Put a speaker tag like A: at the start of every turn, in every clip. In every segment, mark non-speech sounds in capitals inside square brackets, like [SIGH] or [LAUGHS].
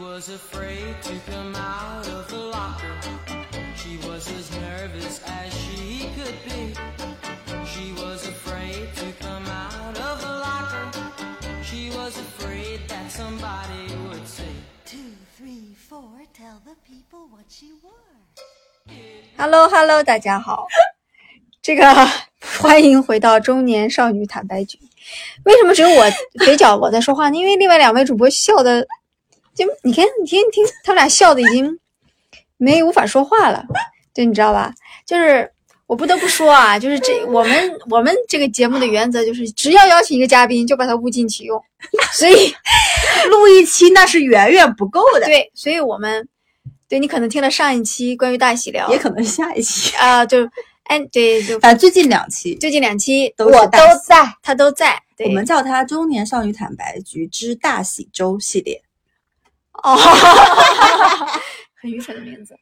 A: was afraid to come out of the locker. She was as nervous as she could be. She was afraid to come out of the locker. She was afraid that somebody would see.
B: Two, three, four. Tell the people what she wore.
C: Hello Hello，大家好，这个 [LAUGHS] 欢迎回到中年少女坦白局。为什么只有我嘴角我在说话呢？因为另外两位主播笑的，就你看，你听，你听，他们俩笑的已经没无法说话了，对，你知道吧？就是我不得不说啊，就是这我们我们这个节目的原则就是，只要邀请一个嘉宾，就把他物尽其用。所
D: [LAUGHS]
C: 以
D: 录一期那是远远不够的，
C: 对，所以我们对你可能听了上一期关于大喜聊，
D: 也可能下一期。 [LAUGHS]
C: 啊、就哎对就
D: 反正最近两期，
C: 最近两期
D: 都是
C: 我都
D: 大喜
C: 在，他都在。对
D: 我们叫它“中年少女坦白局之大喜周”系 [LAUGHS] 列。 [LAUGHS]
C: 哦， [LAUGHS] 很愚蠢的名字，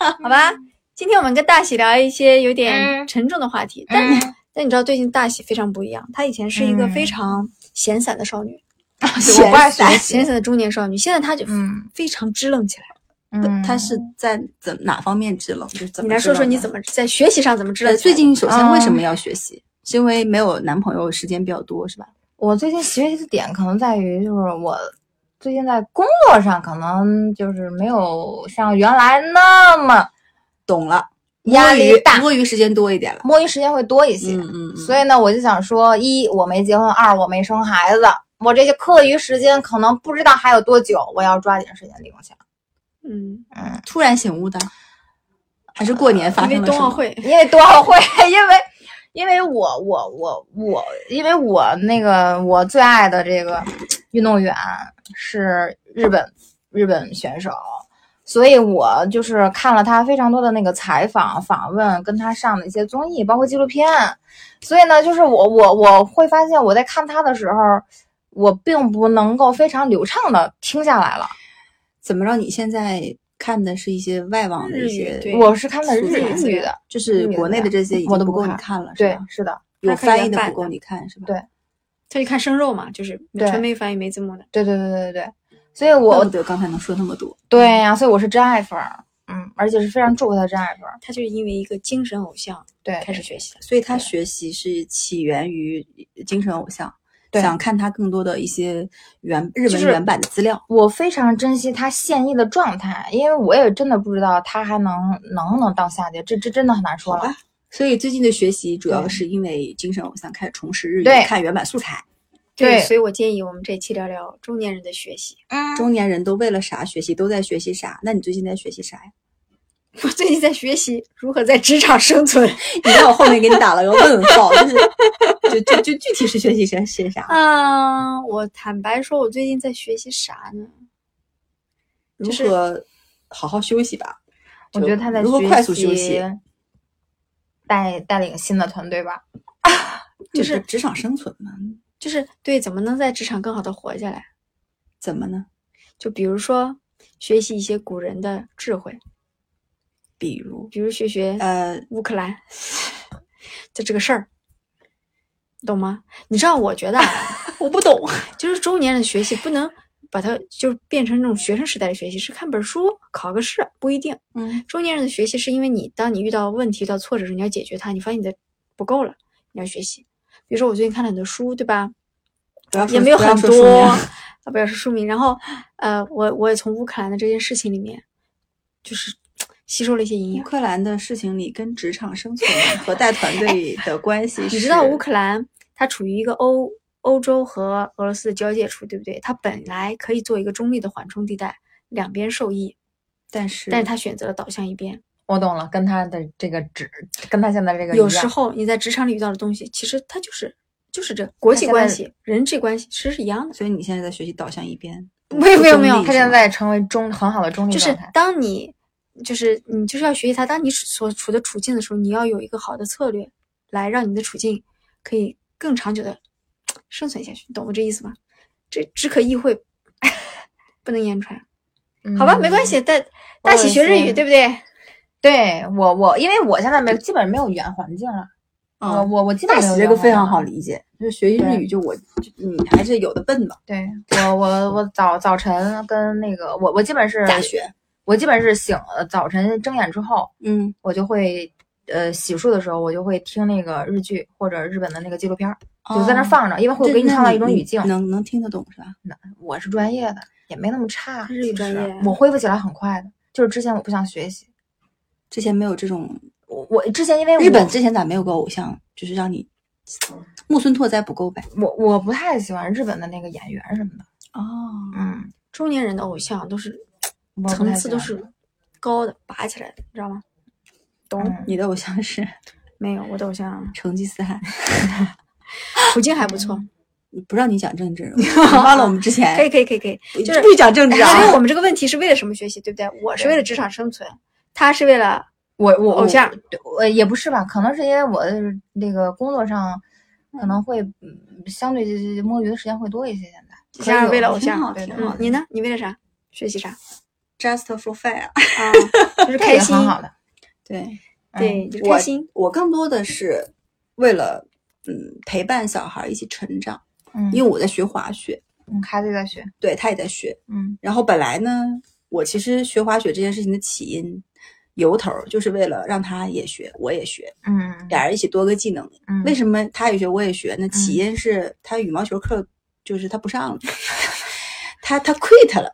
C: 好
D: 嗯
C: 吧。今天我们跟大喜聊一些有点
A: 嗯
C: 沉重的话题，但但你知道最近大喜非常不一样，她以前是一个非
A: 嗯
C: 常闲散的少
D: [LAUGHS]
C: 女，
D: 闲散
C: 闲散的中年少女，现在她就
A: 嗯
C: 非常支棱起来。
A: 嗯
D: 它是在怎哪方面支棱？就是怎
C: 你
D: 么
C: 来说说你
D: 么
C: 怎么在学习上怎么支
D: 支
C: 棱
D: 棱的？
C: 起来
D: 最
C: 的？
D: 近首先为什么要学习？是因为没有男朋友，时间比较多，是吧？
E: 我最近学习的点可能在于，就是我最近在工作上可能就是没有像原来那么
D: 懂了，
E: 压力大
D: 摸鱼摸鱼时间多一点了。
E: 摸鱼时间会多一些。
D: 嗯嗯，
E: 所以呢，我就想说，一我没结婚，二我没生孩子，我这些课余时间可能不知道还有多久，我要抓紧时间利用起来。
C: 嗯，
E: 嗯，
D: 突然醒悟的，还是过年发
C: 因
D: 生
C: 为
D: 了
C: 冬
D: 什
C: 奥
D: 么？
E: [LAUGHS]
C: 会，
E: 因为冬奥会，因为因为我我我我，因为我那个我最爱的这个运动员是日本日本选手，所以我就是看了他非常多的那个采访访问，跟他上的一些综艺，包括纪录片。所以呢，就是我我我会发现我在看他的时候，我并不能够非常流畅的听下来了。
D: 怎么着？你现在看的是一些外网的一
C: 日语
D: 些
C: 对，
E: 我是看的
D: 素
E: 日
D: 材
E: 日语的，
D: 就是国内的这些已
E: 我
D: 经
E: 都
D: 不
E: 不
D: 够你
E: 看
D: 看了，是
E: 对
D: 吧，
E: 是的，
D: 有
C: 它可以
D: 翻译的
C: 翻
D: 不够
C: 的
D: 你看是吧？
E: 对
C: 她就看生肉嘛，就是
E: 对
C: 纯没翻译没字幕的。
E: 对对对对对对。所以
D: 怪
E: 我
D: 不得刚才能说那么多。
E: 对呀、所以我是真爱粉儿，嗯，而且是非常祝福他真爱粉儿。
C: 她就是因为一个精神偶像
E: 对，
C: 开始学习的。
D: 所以他学习是起源于精神偶像，
E: 对
D: 想看他更多的一些原日
E: 就
D: 文
E: 是
D: 原版的资料。
E: 我非常珍惜他现役的状态，因为我也真的不知道他还能能不能到下届，这这真的很难说
D: 好
E: 了
D: 吧。所以最近的学习主要
E: 对
D: 是因为精神偶像开始重拾日语
E: 对，
D: 看原版素材。
C: 对，
E: 对
C: 所以我建议我们这期聊聊中年人的学习。
E: 嗯
D: 中年人都为了啥学习？都在学习啥？那你最近在学习啥呀？
C: [LAUGHS] 我最近在学习如何在职场生 [LAUGHS] 存
D: 你看我后面给你打了个问号，就是就就就具体是学习啥学啥？
C: 啊、我坦白说，我最近在学习啥呢？
D: 如何好好休息吧？
E: 我觉得他在
D: 如何
E: 学
D: 快速
E: 习
D: 休息？
E: 带带领新的团队吧。
C: 就是
D: 职场生存嘛，
C: 就是对怎么能在职场更好的活下来？
D: 怎么呢？
C: 就比如说学习一些古人的智慧，
D: 比如
C: 比如学学
D: 呃，
C: 乌克兰的这个事儿，懂吗？你知道，我觉得啊我不懂，就是中年人的学习不能把它就变成那种学生时代的学习，是看本书、考个试不一定。
D: 嗯，
C: 中年人的学习是因为你，当你遇到问题、遇到挫折时，你要解决它，你发现你的不够了，你要学习。比如说，我最近看了很多书，对吧？
D: 不要说
C: 也没有
D: 不要
C: 很
D: 说书
C: 多，
D: 名
C: 啊，不要说书名。然后，呃，我我也从乌克兰的这件事情里面，就是吸收了一些营
D: 乌
C: 养。
D: 克兰的事情里，跟职场生存和带团队的关系是，
C: 你知道乌克兰它处于一个欧欧洲和俄罗斯的交界处，对不对？它本来可以做一个中立的缓冲地带，两边受益，
D: 但是
C: 但是它选择了倒向一边。
E: 我懂了，跟他的这个指，跟他现在这个
C: 有
E: 一样
C: 时候你在职场里遇到的东西，其实它就是就是这国际
E: 现在
C: 关系、人际关系，其实是一样的。
D: 所以你现在在学习导向一边，
C: 没有没有没有
D: 中立
E: 他现在成为中很好的中立
C: 就是
E: 状态。
C: 当你就是你就是要学习它，当你所处的处境的时候，你要有一个好的策略来让你的处境可以更长久的生存下去，你懂我这意思吗？这只可意会， [LAUGHS] 不能言传。
E: 嗯
C: 好吧，没关系，大大喜学日语，
E: 行
C: 对不
E: [LAUGHS]
C: 对？
E: 对我我，因为我现在没基本没有语言环境了，
D: 嗯
E: 我我我基本
D: 大
E: 没有
D: 喜
E: 语
D: 这
E: 言
D: 个
E: 环
D: 非
E: 境
D: 常
E: 了
D: 好理解，就学日语，就我哦就你还是有的笨吧，
E: 对我我我早早晨跟那个我我基本是
D: 假学。
E: 我基本是醒了早晨睁眼之后，
D: 嗯，
E: 我就会呃洗漱的时候，我就会听那个日剧或者日本的那个纪录片儿，就在那儿放着，因为
D: 哦
E: 会
D: 对
E: 给你
D: 那
E: 创造一种语
D: 你
E: 境。
D: 能能听得懂是吧？
E: 我是专业的，也没那么差，
D: 日语
E: 其
D: 专
E: 实
D: 业
E: 我恢复起来很快的。就是之前我不想学习，
D: 之前没有这种，
E: 我我之前因为我
D: 日本之前咋没有个偶像，就是让你木村拓哉不够呗？
E: 我我不太喜欢日本的那个演员什么的，
D: 哦，
E: 嗯，
C: 中年人的偶像都是
E: 我不太
C: 层次都
E: 喜欢
C: 是高的，拔起来的，你知道吗？懂？
E: 嗯
D: 你的偶像是
C: 没有，我的偶像
D: 成吉思汗，
C: 普京还不错，
D: 不让你讲
C: [LAUGHS]
D: 政治，我忘了我们之前
C: 可以可以可以可以，就是
D: 不讲政治嗯啊
C: 所。
D: [LAUGHS]
C: 以我们这个问题是为了什么学习，对不对？我是为了职场生存，他是为了
E: 我我
C: 偶像，
E: 我我呃也不是吧，可能是因为我的那个工作上可能会嗯相对摸鱼的时间会多一些，现在。
C: 这样
D: 可以哦
C: 为了偶
D: 挺
C: 像
D: 好
E: 对
D: 挺
E: 的
D: 好
C: 嗯，
D: 的。
C: 你呢？你为了啥？学习啥？
D: Just for fun [LAUGHS] 啊？
C: 啊，就是
E: 这
C: 开
E: 也
C: 心，
E: 很好的。
D: 对，
C: 对，就是
D: 我
C: 开心。
D: 我更多的是为了嗯陪伴小孩一起成长，
E: 嗯，
D: 因为我在学滑雪，
E: 嗯孩子在学，
D: 对他也在学。
E: 嗯
D: 然后本来呢，我其实学滑雪这件事情的起因由头儿就是为了让他也学，我也学，
E: 嗯
D: 俩人一起多个技能。
E: 嗯，
D: 为什么他也学我也学呢？起因是他羽毛球课就是他不上了， [LAUGHS] 他他 quit 了，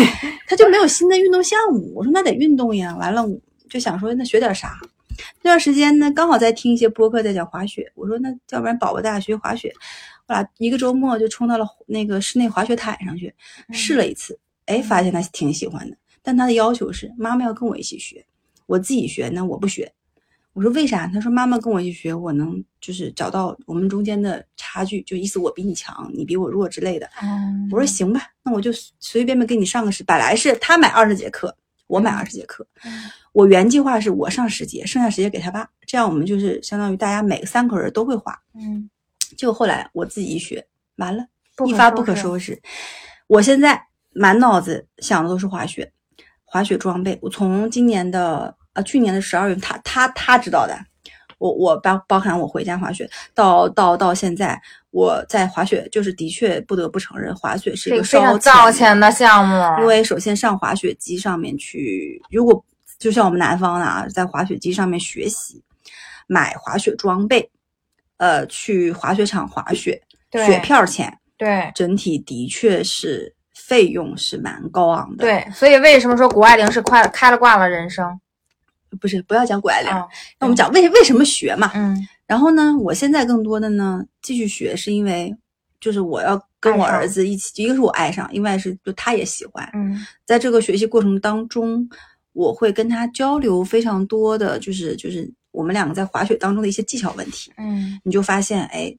D: [LAUGHS] 他就没有新的运动项目。我说那得运动呀，完了我就想说那学点啥。这段时间呢，刚好在听一些播客在讲滑雪，我说那要不然宝宝大学滑雪，我俩一个周末就冲到了那个室内滑雪毯上去试了一次，哎，发现他挺喜欢的，但他的要求是妈妈要跟我一起学，我自己学呢我不学，我说为啥？他说妈妈跟我一起学，我能就是找到我们中间的差距，就意思我比你强，你比我弱之类的。
E: 嗯？
D: 我说行吧，那我就随随便便给你上个十。本来是他买二十节课，我买二十节课，我原计划是我上十节，剩下十节给他爸，这样我们就是相当于大家每三口人都会花。
E: 嗯，
D: 就后来我自己一学，完了，
E: 不
D: 一
E: 可
D: 发
E: 收
D: 不可
E: 拾
D: 收拾。我现在满脑子想的都是滑雪，滑雪装备。我从今年的呃去年的十二月，他他他知道的。我我包包含我回家滑雪，到到到现在，我在滑雪就是的确不得不承认，滑雪是一
E: 这
D: 个
E: 个非常
D: 烧
E: 造
D: 钱
E: 钱的项目，
D: 因为首先上滑雪机上面去，如果就像我们南方的啊，在滑雪机上面学习，买滑雪装备，呃，去滑雪场滑雪，
E: 对
D: 雪票钱，
E: 对
D: 整体的确是费用是蛮高昂的。，
E: 对，所以为什么说谷爱凌是快开了挂了人生？
D: 不是不要讲拐脸，
E: 啊
D: 那我们讲为为什么学嘛。
E: 嗯，
D: 然后呢，我现在更多的呢继续学，是因为就是我要跟我
E: 爱上
D: 儿子一起，一个是我爱上，另外是就他也喜欢，
E: 嗯
D: 在这个学习过程当中，我会跟他交流非常多的，就是就是我们两个在滑雪当中的一些技巧问题，
E: 嗯
D: 你就发现哎，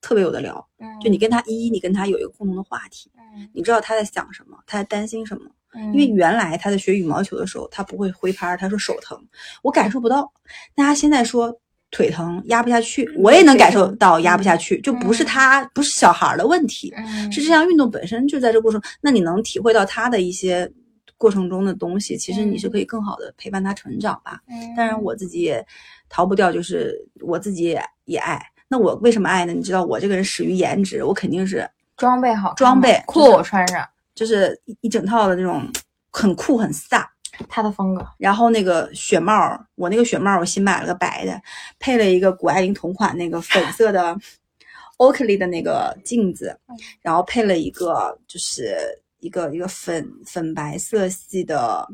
D: 特别有的聊。
E: 嗯，
D: 就你跟他一，你跟他有一个共同的话题，
E: 嗯，
D: 你知道他在想什么，他在担心什么。
E: 因
D: 因为原来他在学羽毛球的时候，他不会挥拍儿，他说手疼，我感受不到。那他现在说腿疼，压不下去，我也能感受到压不下去，就不是他不是小孩儿的问题，
E: 嗯
D: 是这项运动本身就在这过程，那你能体会到他的一些过程中的东西，其实你是可以更好的陪伴他成长吧。
E: 嗯
D: 当然，我自己也逃不掉，就是我自己也也爱。那我为什么爱呢？你知道我这个人始于颜值，我肯定是
E: 装备好看吗，
D: 装备
E: 酷穿上
D: 就是一一整套的那种很酷很飒。
E: 他的风格，
D: 然后那个雪帽儿，我那个雪帽儿我新买了个白的，配了一个谷爱凌同款那个粉色的 Oakley 的那个镜子，
C: 嗯
D: 然后配了一个就是一个一个粉粉白色系的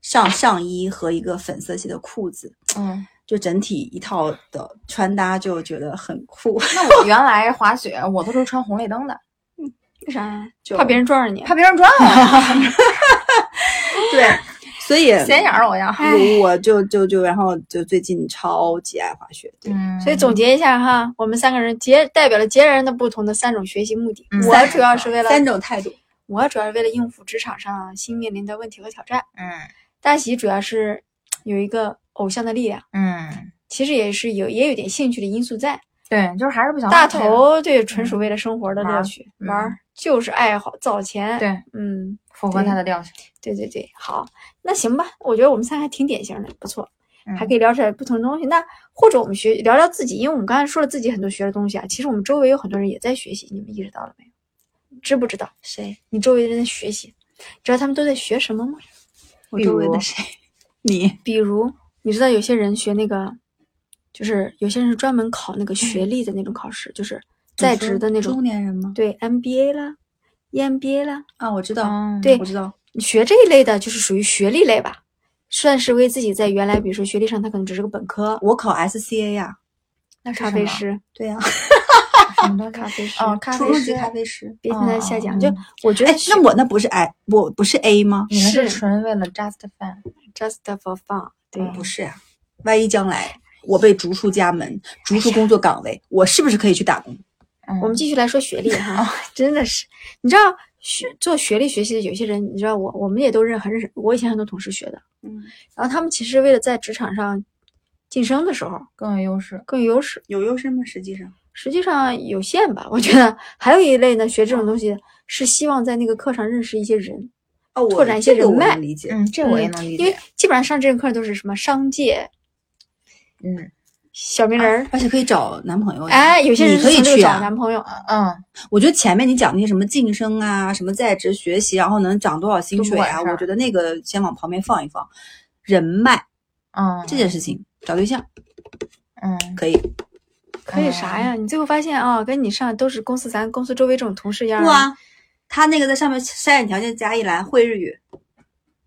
D: 上上衣和一个粉色系的裤子，
E: 嗯，
D: 就整体一套的穿搭就觉得很酷。 [LAUGHS]
E: [LAUGHS] 那我原来滑雪我都是穿红绿灯的，
C: 为啥呀？
D: 就
C: 怕别人撞着你。
E: 怕别人撞
C: [LAUGHS]
E: 我，
D: 对，所以
E: 显眼儿
C: [LAUGHS]
E: 我要，
C: 哎
D: 我我就就就然后就最近超级爱滑雪，对，
E: 嗯，
C: 所以总结一下哈，我们三个人截代表了截然的不同的三种学习目的。
E: 嗯
C: 我主要是为了
D: 三种态度。
C: 我主要是为了应付职场上新面临的问题和挑战。
E: 嗯
C: 大喜主要是有一个偶像的力量，
E: 嗯，
C: 其实也是有也有点兴趣的因素在。
E: 对，就是还是不想
C: 大
E: 浪费了
C: 头对纯属为了生活的
E: 玩
C: 乐
E: 儿
C: 趣玩
E: 嗯
C: 儿，就是爱好造钱。，
E: 对
C: 嗯，
E: 符合他的调性，
C: 对对对，好，那行吧，我觉得我们三个还挺典型的，不错。还可以聊起来不同的东西。那或者我们学聊聊自己，因为我们刚才说了自己很多学的东西啊，其实我们周围有很多人也在学习，你们意识到了没有？知不知道
D: 谁？
C: 你周围的人在学习？知道他们都在学什么吗？
D: 我
C: 比
D: 周围
C: 如
D: 的谁？你
C: 比如，你知道有些人学那个，就是有些人是专门考那个学历的那种考试，就是在职的那
D: 中
C: 种，
D: 年人吗？
C: 对 MBA 啦、EMBA ，E 啦，
D: 啊，我知道，
E: 嗯
C: 对
D: 我知道，
C: 你学这一类的，就是属于学历类吧，算是为自己在原来比如说学历上，他可能只是个本科，
D: 我考 SCA 呀、
E: 那是
C: 咖
E: 什
C: 啡
E: 么
C: 师，
D: 对呀、
E: 什
C: [LAUGHS]
E: 么咖啡师？
C: 哦
E: 咖
D: 初
E: 啡
D: 中
E: 师
D: 级。咖啡师。啊
C: 别听他瞎讲，就
E: 嗯
C: 我觉得
D: 哎，那我那不是 I，我不是 A 吗？
E: 你们是
C: 是
E: 纯为了 just fan，
C: just for fun，对，
E: 嗯
D: 不是啊，万一将来我被逐出家门，逐出工作岗位，我是不是可以去打工？
E: 嗯
C: 我们继续来说学历
E: 哦
C: 哈，真的是，你知道学做学历学习的有些人，你知道我我们也都认很认识，我以前很多同事学的，
D: 嗯，
C: 然后他们其实为了在职场上晋升的时候
E: 更有优势。
C: 更有优势，
D: 有优势吗？实际上，
C: 实际上有限吧。我觉得还有一类呢，学这种东西是希望在那个课上认识一些人，
D: 哦，我
C: 拓展一些
D: 这个
C: 人
D: 我能
C: 脉
D: 理解。
E: 嗯，这我也能理
C: 因为
E: 解。
C: 基本上上这种课都是什么商界
E: 嗯
C: 小名人儿，
D: 而且可以找男朋友呀。
C: 哎，有些人
D: 啊哦你可
C: 是
D: 以
C: 从这个
D: 去
C: 找
D: 啊
C: 男朋友，
E: 嗯，
D: 我觉得前面你讲那些什么晋升啊，什么在职学习，然后能涨多少薪水啊，
E: 都不管事儿
D: 我觉得那个先往旁边放一放。人脉
E: 嗯，
D: 这件事情，找对象
E: 嗯，
D: 可以。
C: 可以啥
D: 嗯
C: 呀？你最后发现啊、跟你上都是公司咱公司周围这种同事一样
D: 不，啊，他那个在上面筛选条件加一栏，会日语，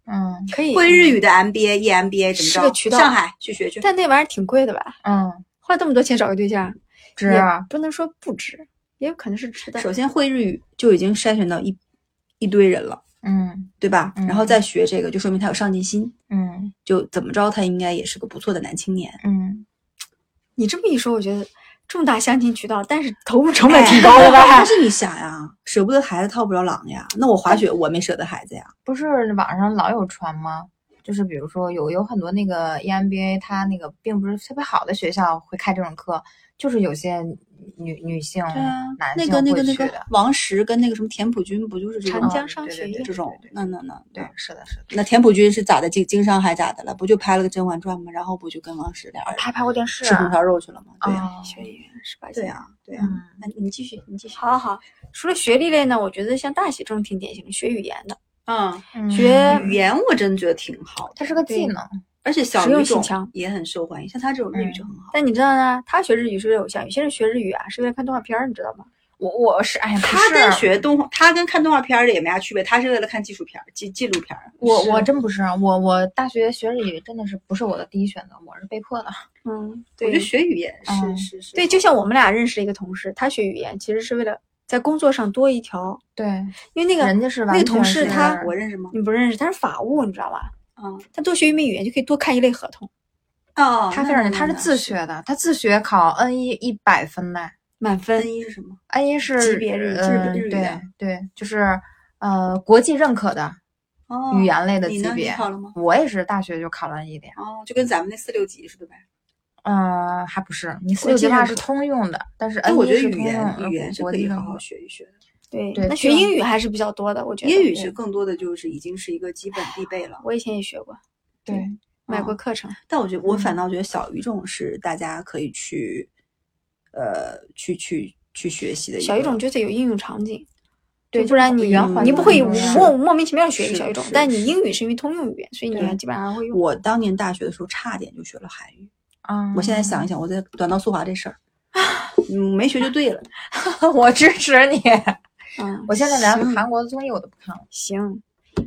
E: 嗯
C: 可以，
D: 会日语的 MBA、EMBA 怎么着？
C: 是个渠道
D: 上海去学去。
C: 但那玩意儿挺贵的吧？
E: 嗯，
C: 花这么多钱找个对象，
E: 值
C: 也
E: 啊
C: 不能说不值，也有可能是值的。
D: 首先会日语就已经筛选到一一堆人了，
E: 嗯
D: 对吧？
E: 嗯
D: 然后再学这个，就说明他有上进心，
E: 嗯
D: 就怎么着他应该也是个不错的男青年。
E: 嗯，
C: 你这么一说，我觉得重大相亲渠道，但是投入成本
D: 哎
C: 挺高的吧？
D: 但是你想呀，舍不得孩子套不着狼呀。那我滑雪我没舍得孩子呀。
E: 不是网上老有传吗？就是比如说有有很多那个 EMBA，它那个并不是特别好的学校会开这种课，就是有些女女性、嗯男
D: 啊那
E: 性
D: 个那
E: 会
D: 个那
E: 去
D: 个
E: 的。嗯
D: 王石跟那个什么田朴珺不就是这种
C: 长
D: 吗
C: 江商学
E: 对
C: 院
D: 这种？那那那对
E: 对，，是的，是的。
D: 那田朴珺是咋的？经经商还咋的了？不就拍了个《甄嬛传》吗？然后不就跟王石俩人
E: 哦他拍过电视
D: 吃红
E: 啊。
D: 烧肉去了吗？对呀，
E: 啊
C: 学医院是吧？
D: 对啊呀，对呀。
E: 嗯
D: 那你继续，你继续。
C: 好好好，除了学历类呢，我觉得像大喜这种挺典型的，学语言的，
D: 嗯，
E: 嗯，
C: 学
D: 语言我真觉得挺好的，
E: 它是个
C: 对
E: 技能。
D: 而且小
C: 实用
D: 语
C: 性
D: 种
C: 强
D: 也很受欢迎，像他这种日语
E: 嗯
D: 就很好。
C: 但你知道呢？他学日语是为了偶像，有些人学日语啊是为了看动画片儿，你知道吗？
E: 我我是哎呀，不
D: 他
E: 是
D: 跟学动画，他跟看动画片儿的也没啥区别，他是为了看纪录片儿、纪纪录片儿。
E: 我我
D: 是
E: 真不是啊，我我大学学日语真的是不是我的第一选择，我是被迫的。
C: 嗯，
D: 我
C: 对
D: 觉得学语言
E: 嗯
D: 是是是，
C: 对，就像我们俩认识的一个同事，他学语言其实是为了在工作上多一条，
E: 对，
C: 因为那
E: 人
C: 个
E: 家是
C: 那
E: 完
C: 个
E: 全
C: 同事
E: 是
C: 他
D: 我认识吗？
C: 你不认识，他是法务，你知道吧？
D: 嗯
C: 他多学一门语言就可以多看一类合同，
D: 哦，
E: 他
D: 那
E: 非常
D: 那
E: 他
D: 那
E: 是
D: 那
E: 自学的，他自学考 N 一一百分呢
C: 满分
D: 分。一是什么？
E: ，N 一是
C: 级别日语
E: 呃
D: 日语啊
E: 对
D: 的
E: 对，就是呃国际认可的
D: 哦，
E: 语言类的
D: 你
E: 级
D: 呢你
E: 别。
D: 考了吗？
E: 我也是大学就考了 N 一的呀，
D: 哦，就跟咱们那四六级似的呗。
E: 嗯、还不是你四
C: 国
E: 六
C: 际
E: 级话
C: 认
E: 是
C: 可
E: 通用的，但是
D: 但
E: N
D: 哎我觉得
E: 一是
D: 语
E: 通
D: 言
E: 用
D: 语言是呃
E: 国
D: 可
E: 际
D: 以
E: 认
D: 好
E: 可
D: 好。学一学的。
C: 对，
E: 对
C: 那
E: 这
C: 学
E: 样
C: 英语还是比较多的，我觉得
D: 英语
C: 对
D: 是更多的就是已经是一个基本必备了。
C: 我以前也学过，
E: 对，
C: 买过
D: 嗯
C: 课程。
D: 但我觉得我反倒觉得小语种是大家可以去，呃，去去去学习的一个。
C: 小语种就得有应用场景，
E: 对
C: 就
E: 就
C: 不然
E: 是
C: 你
E: 语言环
C: 你
E: 境
C: 不会
E: 很重要
C: 莫莫名其妙地学一个
D: 是
C: 小语种，
D: 是
C: 但你
D: 是
C: 英语是因为通用语言，所以你
D: 对
C: 基本上会用。
D: 我当年大学的时候差点就学了韩语。
E: 啊、
D: 我现在想一想，我在短道速滑这事 [LAUGHS] 儿，嗯，没学就对了。
E: 想， [LAUGHS] 我支
D: [LAUGHS]
E: 持你。
C: 嗯，
E: 我现在连
D: 行
E: 韩国的综艺我都不看了。
C: 行。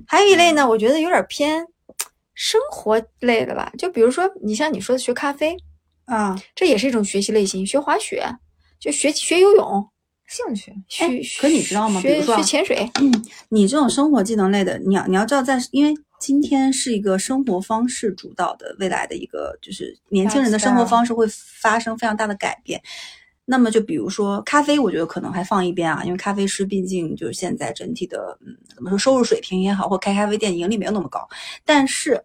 C: 还有一类呢，我觉得有点偏生活类的吧，就比如说你像你说的学咖啡，
D: 啊，
C: 这也是一种学习类型；学滑雪，就学学游泳，
E: 兴趣，
C: 学
D: 哎可你知道吗比
C: 学
D: 如说
C: 学
D: 啊
C: 潜水，
D: 你这种生活技能类的，你要你要知道在，因为今天是一个生活方式主导的未来的一个，就是年轻人的生活方式会发生非常大的改变。那么就比如说咖啡，我觉得可能还放一边啊，因为咖啡师毕竟就是现在整体的，嗯，怎么说收入水平也好，或开咖啡店盈利没有那么高。但是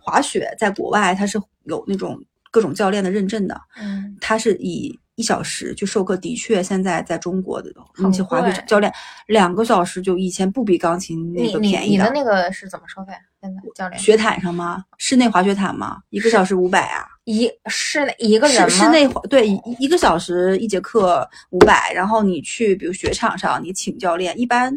D: 滑雪在国外它是有那种各种教练的认证的，
E: 嗯
D: 它是以一小时去授课，的确现在在中国的那
E: 很
D: 些滑雪
E: 贵
D: 教练两个小时就以前不比钢琴那
E: 你
D: 个
E: 你
D: 便宜
E: 你的那个是怎么收费？啊现在教练
D: 雪毯上吗？室内滑雪毯吗？一个小时五百啊？
E: 一室内一个人
D: 室
E: 吗？
D: 室内滑对一一个小时一节课五百，然后你去比如雪场上你请教练，一般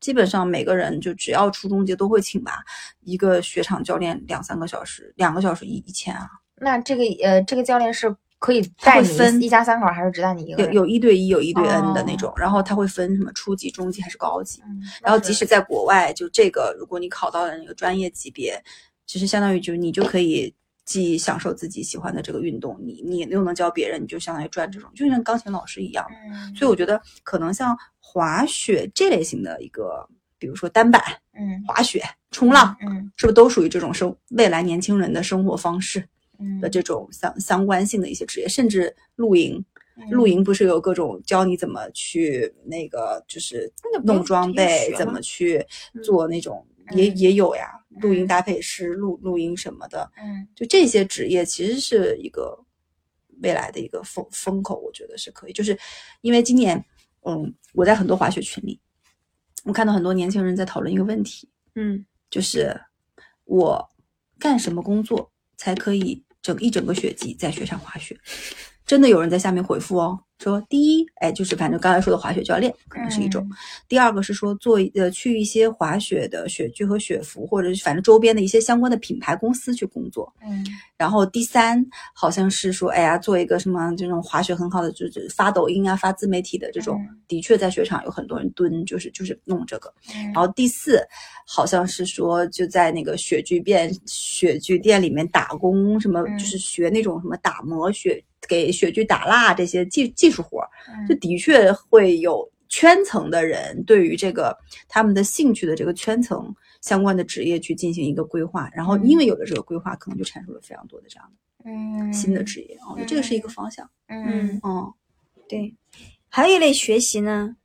D: 基本上每个人就只要初中节都会请吧，一个雪场教练两三个小时，两个小时一一千啊，
E: 那这个呃，这个教练是可以
D: 他
E: 带
D: 会
E: 你一
D: 分
E: 一家三口，还是只带你一个
D: 有
E: 人？
D: 有一对一有一对 N 的那
E: 哦
D: 种，然后他会分什么初级、中级还是高级，
E: 嗯，
D: 然后
E: 那
D: 即
E: 是
D: 使在国外，就这个如果你考到了那个专业级别，其实相当于就你就可以。既享受自己喜欢的这个运动，你你又能教别人，你就相当于赚这种，就像钢琴老师一样，
E: 嗯
D: 所以我觉得可能像滑雪这类型的一个，比如说单板、
E: 嗯
D: 滑雪、冲浪，
E: 嗯
D: 是不是都属于这种生未来年轻人的生活方式
E: 嗯
D: 的这种相相关性的一些职业，甚至露营。
E: 嗯
D: 露营不是有各种教你怎么去那个，就是
E: 那不用
D: 弄装
E: 直接
D: 备，
E: 学
D: 怎
E: 吗
D: 么去
E: 嗯
D: 做那种，也
E: 嗯
D: 也有呀，露营
E: 嗯
D: 搭配师、露露营什么的，
E: 嗯
D: 就这些职业其实是一个未来的一个风风口，我觉得是可以。就是因为今年，嗯，我在很多滑雪群里，我看到很多年轻人在讨论一个问题，
C: 嗯，
D: 就是我干什么工作才可以整一整个雪季在雪上滑雪？真的有人在下面回复哦，说第一，哎，就是反正刚才说的滑雪教练可能是一种；第二个是说做一呃去一些滑雪的雪具和雪服，或者是反正周边的一些相关的品牌公司去工作。
E: 嗯
D: 然后第三好像是说，哎呀，做一个什么这种滑雪很好的，就是发抖音啊、发自媒体的这种，
E: 嗯
D: 的确在雪场有很多人蹲，就是就是弄这个。
E: 嗯
D: 然后第四好像是说就在那个雪具店、雪具店里面打工，什么
E: 嗯
D: 就是学那种什么打磨雪、给雪具打蜡这些技技术活儿，
E: 嗯
D: 这的确会有圈层的人对于这个他们的兴趣的这个圈层相关的职业去进行一个规划，然后
E: 嗯
D: 因为有了这个规划，可能就产生了非常多的这样
E: 嗯
D: 的新的职业。哦，我觉得这个是一个方向。
E: 嗯
D: 嗯
C: 对。还有一类学习呢，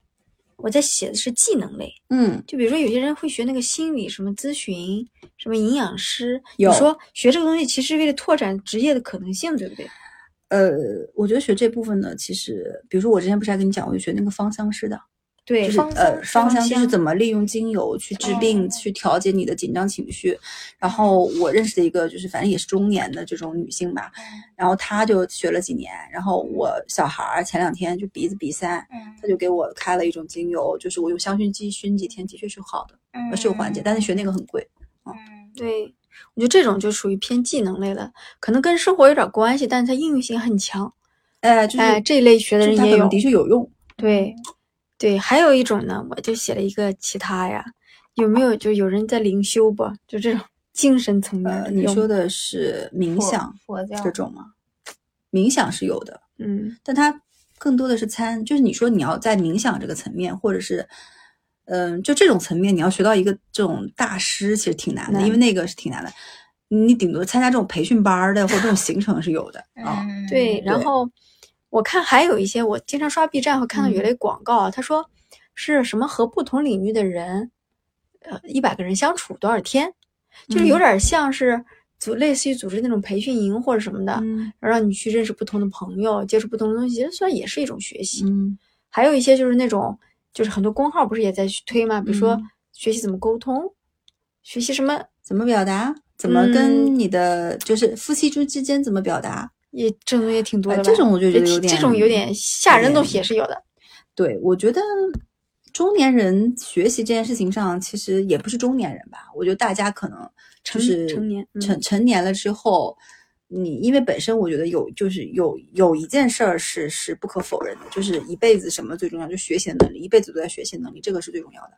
C: 我在写的是技能类，
D: 嗯，
C: 就比如说有些人会学那个心理什么咨询，什么营养师，你
D: 有
C: 说学这个东西其实为了拓展职业的可能性，对不对？
D: 呃，我觉得学这部分呢，其实比如说我之前不是还跟你讲，我就学那个芳香师的，
C: 对，
D: 就是
E: 芳香
D: 呃
E: 师
D: 芳
C: 哎芳
D: 香就是
C: 香
D: 怎么利用精油去治
E: 哦
D: 病、去调节你的紧张情绪。然后我认识的一个就是反正也是中年的这种女性吧，然后她就学了几年，然后我小孩儿前两天就鼻子鼻塞，
E: 嗯
D: 他就给我开了一种精油，就是我用香薰机熏几天，的确是有好的，呃是有缓解，但是学那个很贵。
E: 嗯
C: 对，我觉得这种就属于偏技能类的，可能跟生活有点关系，但是它应用性很强。
D: 哎，就是、
C: 哎，这一类学的
D: 就
C: 人
D: 是它
C: 也
D: 可
C: 有
D: 能。的确有用。
C: 对，对，还有一种呢，我就写了一个其他呀，有没有就有人在灵修不？就这种精神层面
D: 呃，
C: 的
D: 你
C: 嗯有
D: 说
C: 吗，
D: 的是冥
E: 佛
D: 想
E: 佛教
D: 这种吗？冥想是有的，
C: 嗯，
D: 但它更多的是参，就是你说你要在冥想这个层面，或者是，嗯、就这种层面，你要学到一个这种大师，其实挺难的，
C: 难
D: 因为那个是挺难的。你顶多参加这种培训班儿的或者这种行程是有的啊，
C: 对。然
D: 对
C: 后我看还有一些，我经常刷 B 站会看到有
D: 嗯
C: 类广告，他说是什么和不同领域的人，呃，一百个人相处多少天，就是有
D: 嗯
C: 点像是组类似于组织那种培训营或者什么的，
D: 嗯
C: 然后让你去认识不同的朋友，接触不同的东西，其实算也是一种学习。
D: 嗯
C: 还有一些就是那种，就是很多公号不是也在去推嘛，比如说
D: 嗯
C: 学习怎么沟通，学习什么
D: 怎么表达，怎么跟
C: 嗯
D: 你的、就是夫妻之之间怎么表达。
C: 也这种东西也挺多
D: 哎
C: 的吧、
D: 这种我就觉
C: 对
D: 得有
C: 这种有
D: 点
C: 点吓人的东西也
D: 点
C: 是有的。
D: 对我觉得中年人学习这件事情上，其实也不是中年人吧，我觉得大家可能就
C: 成
D: 是
C: 成年嗯
D: 成成年了之后。你因为本身我觉得有就是有有一件事儿是是不可否认的，就是一辈子什么最重要，就学习的能力，一辈子都在学习的能力，这个是最重要的。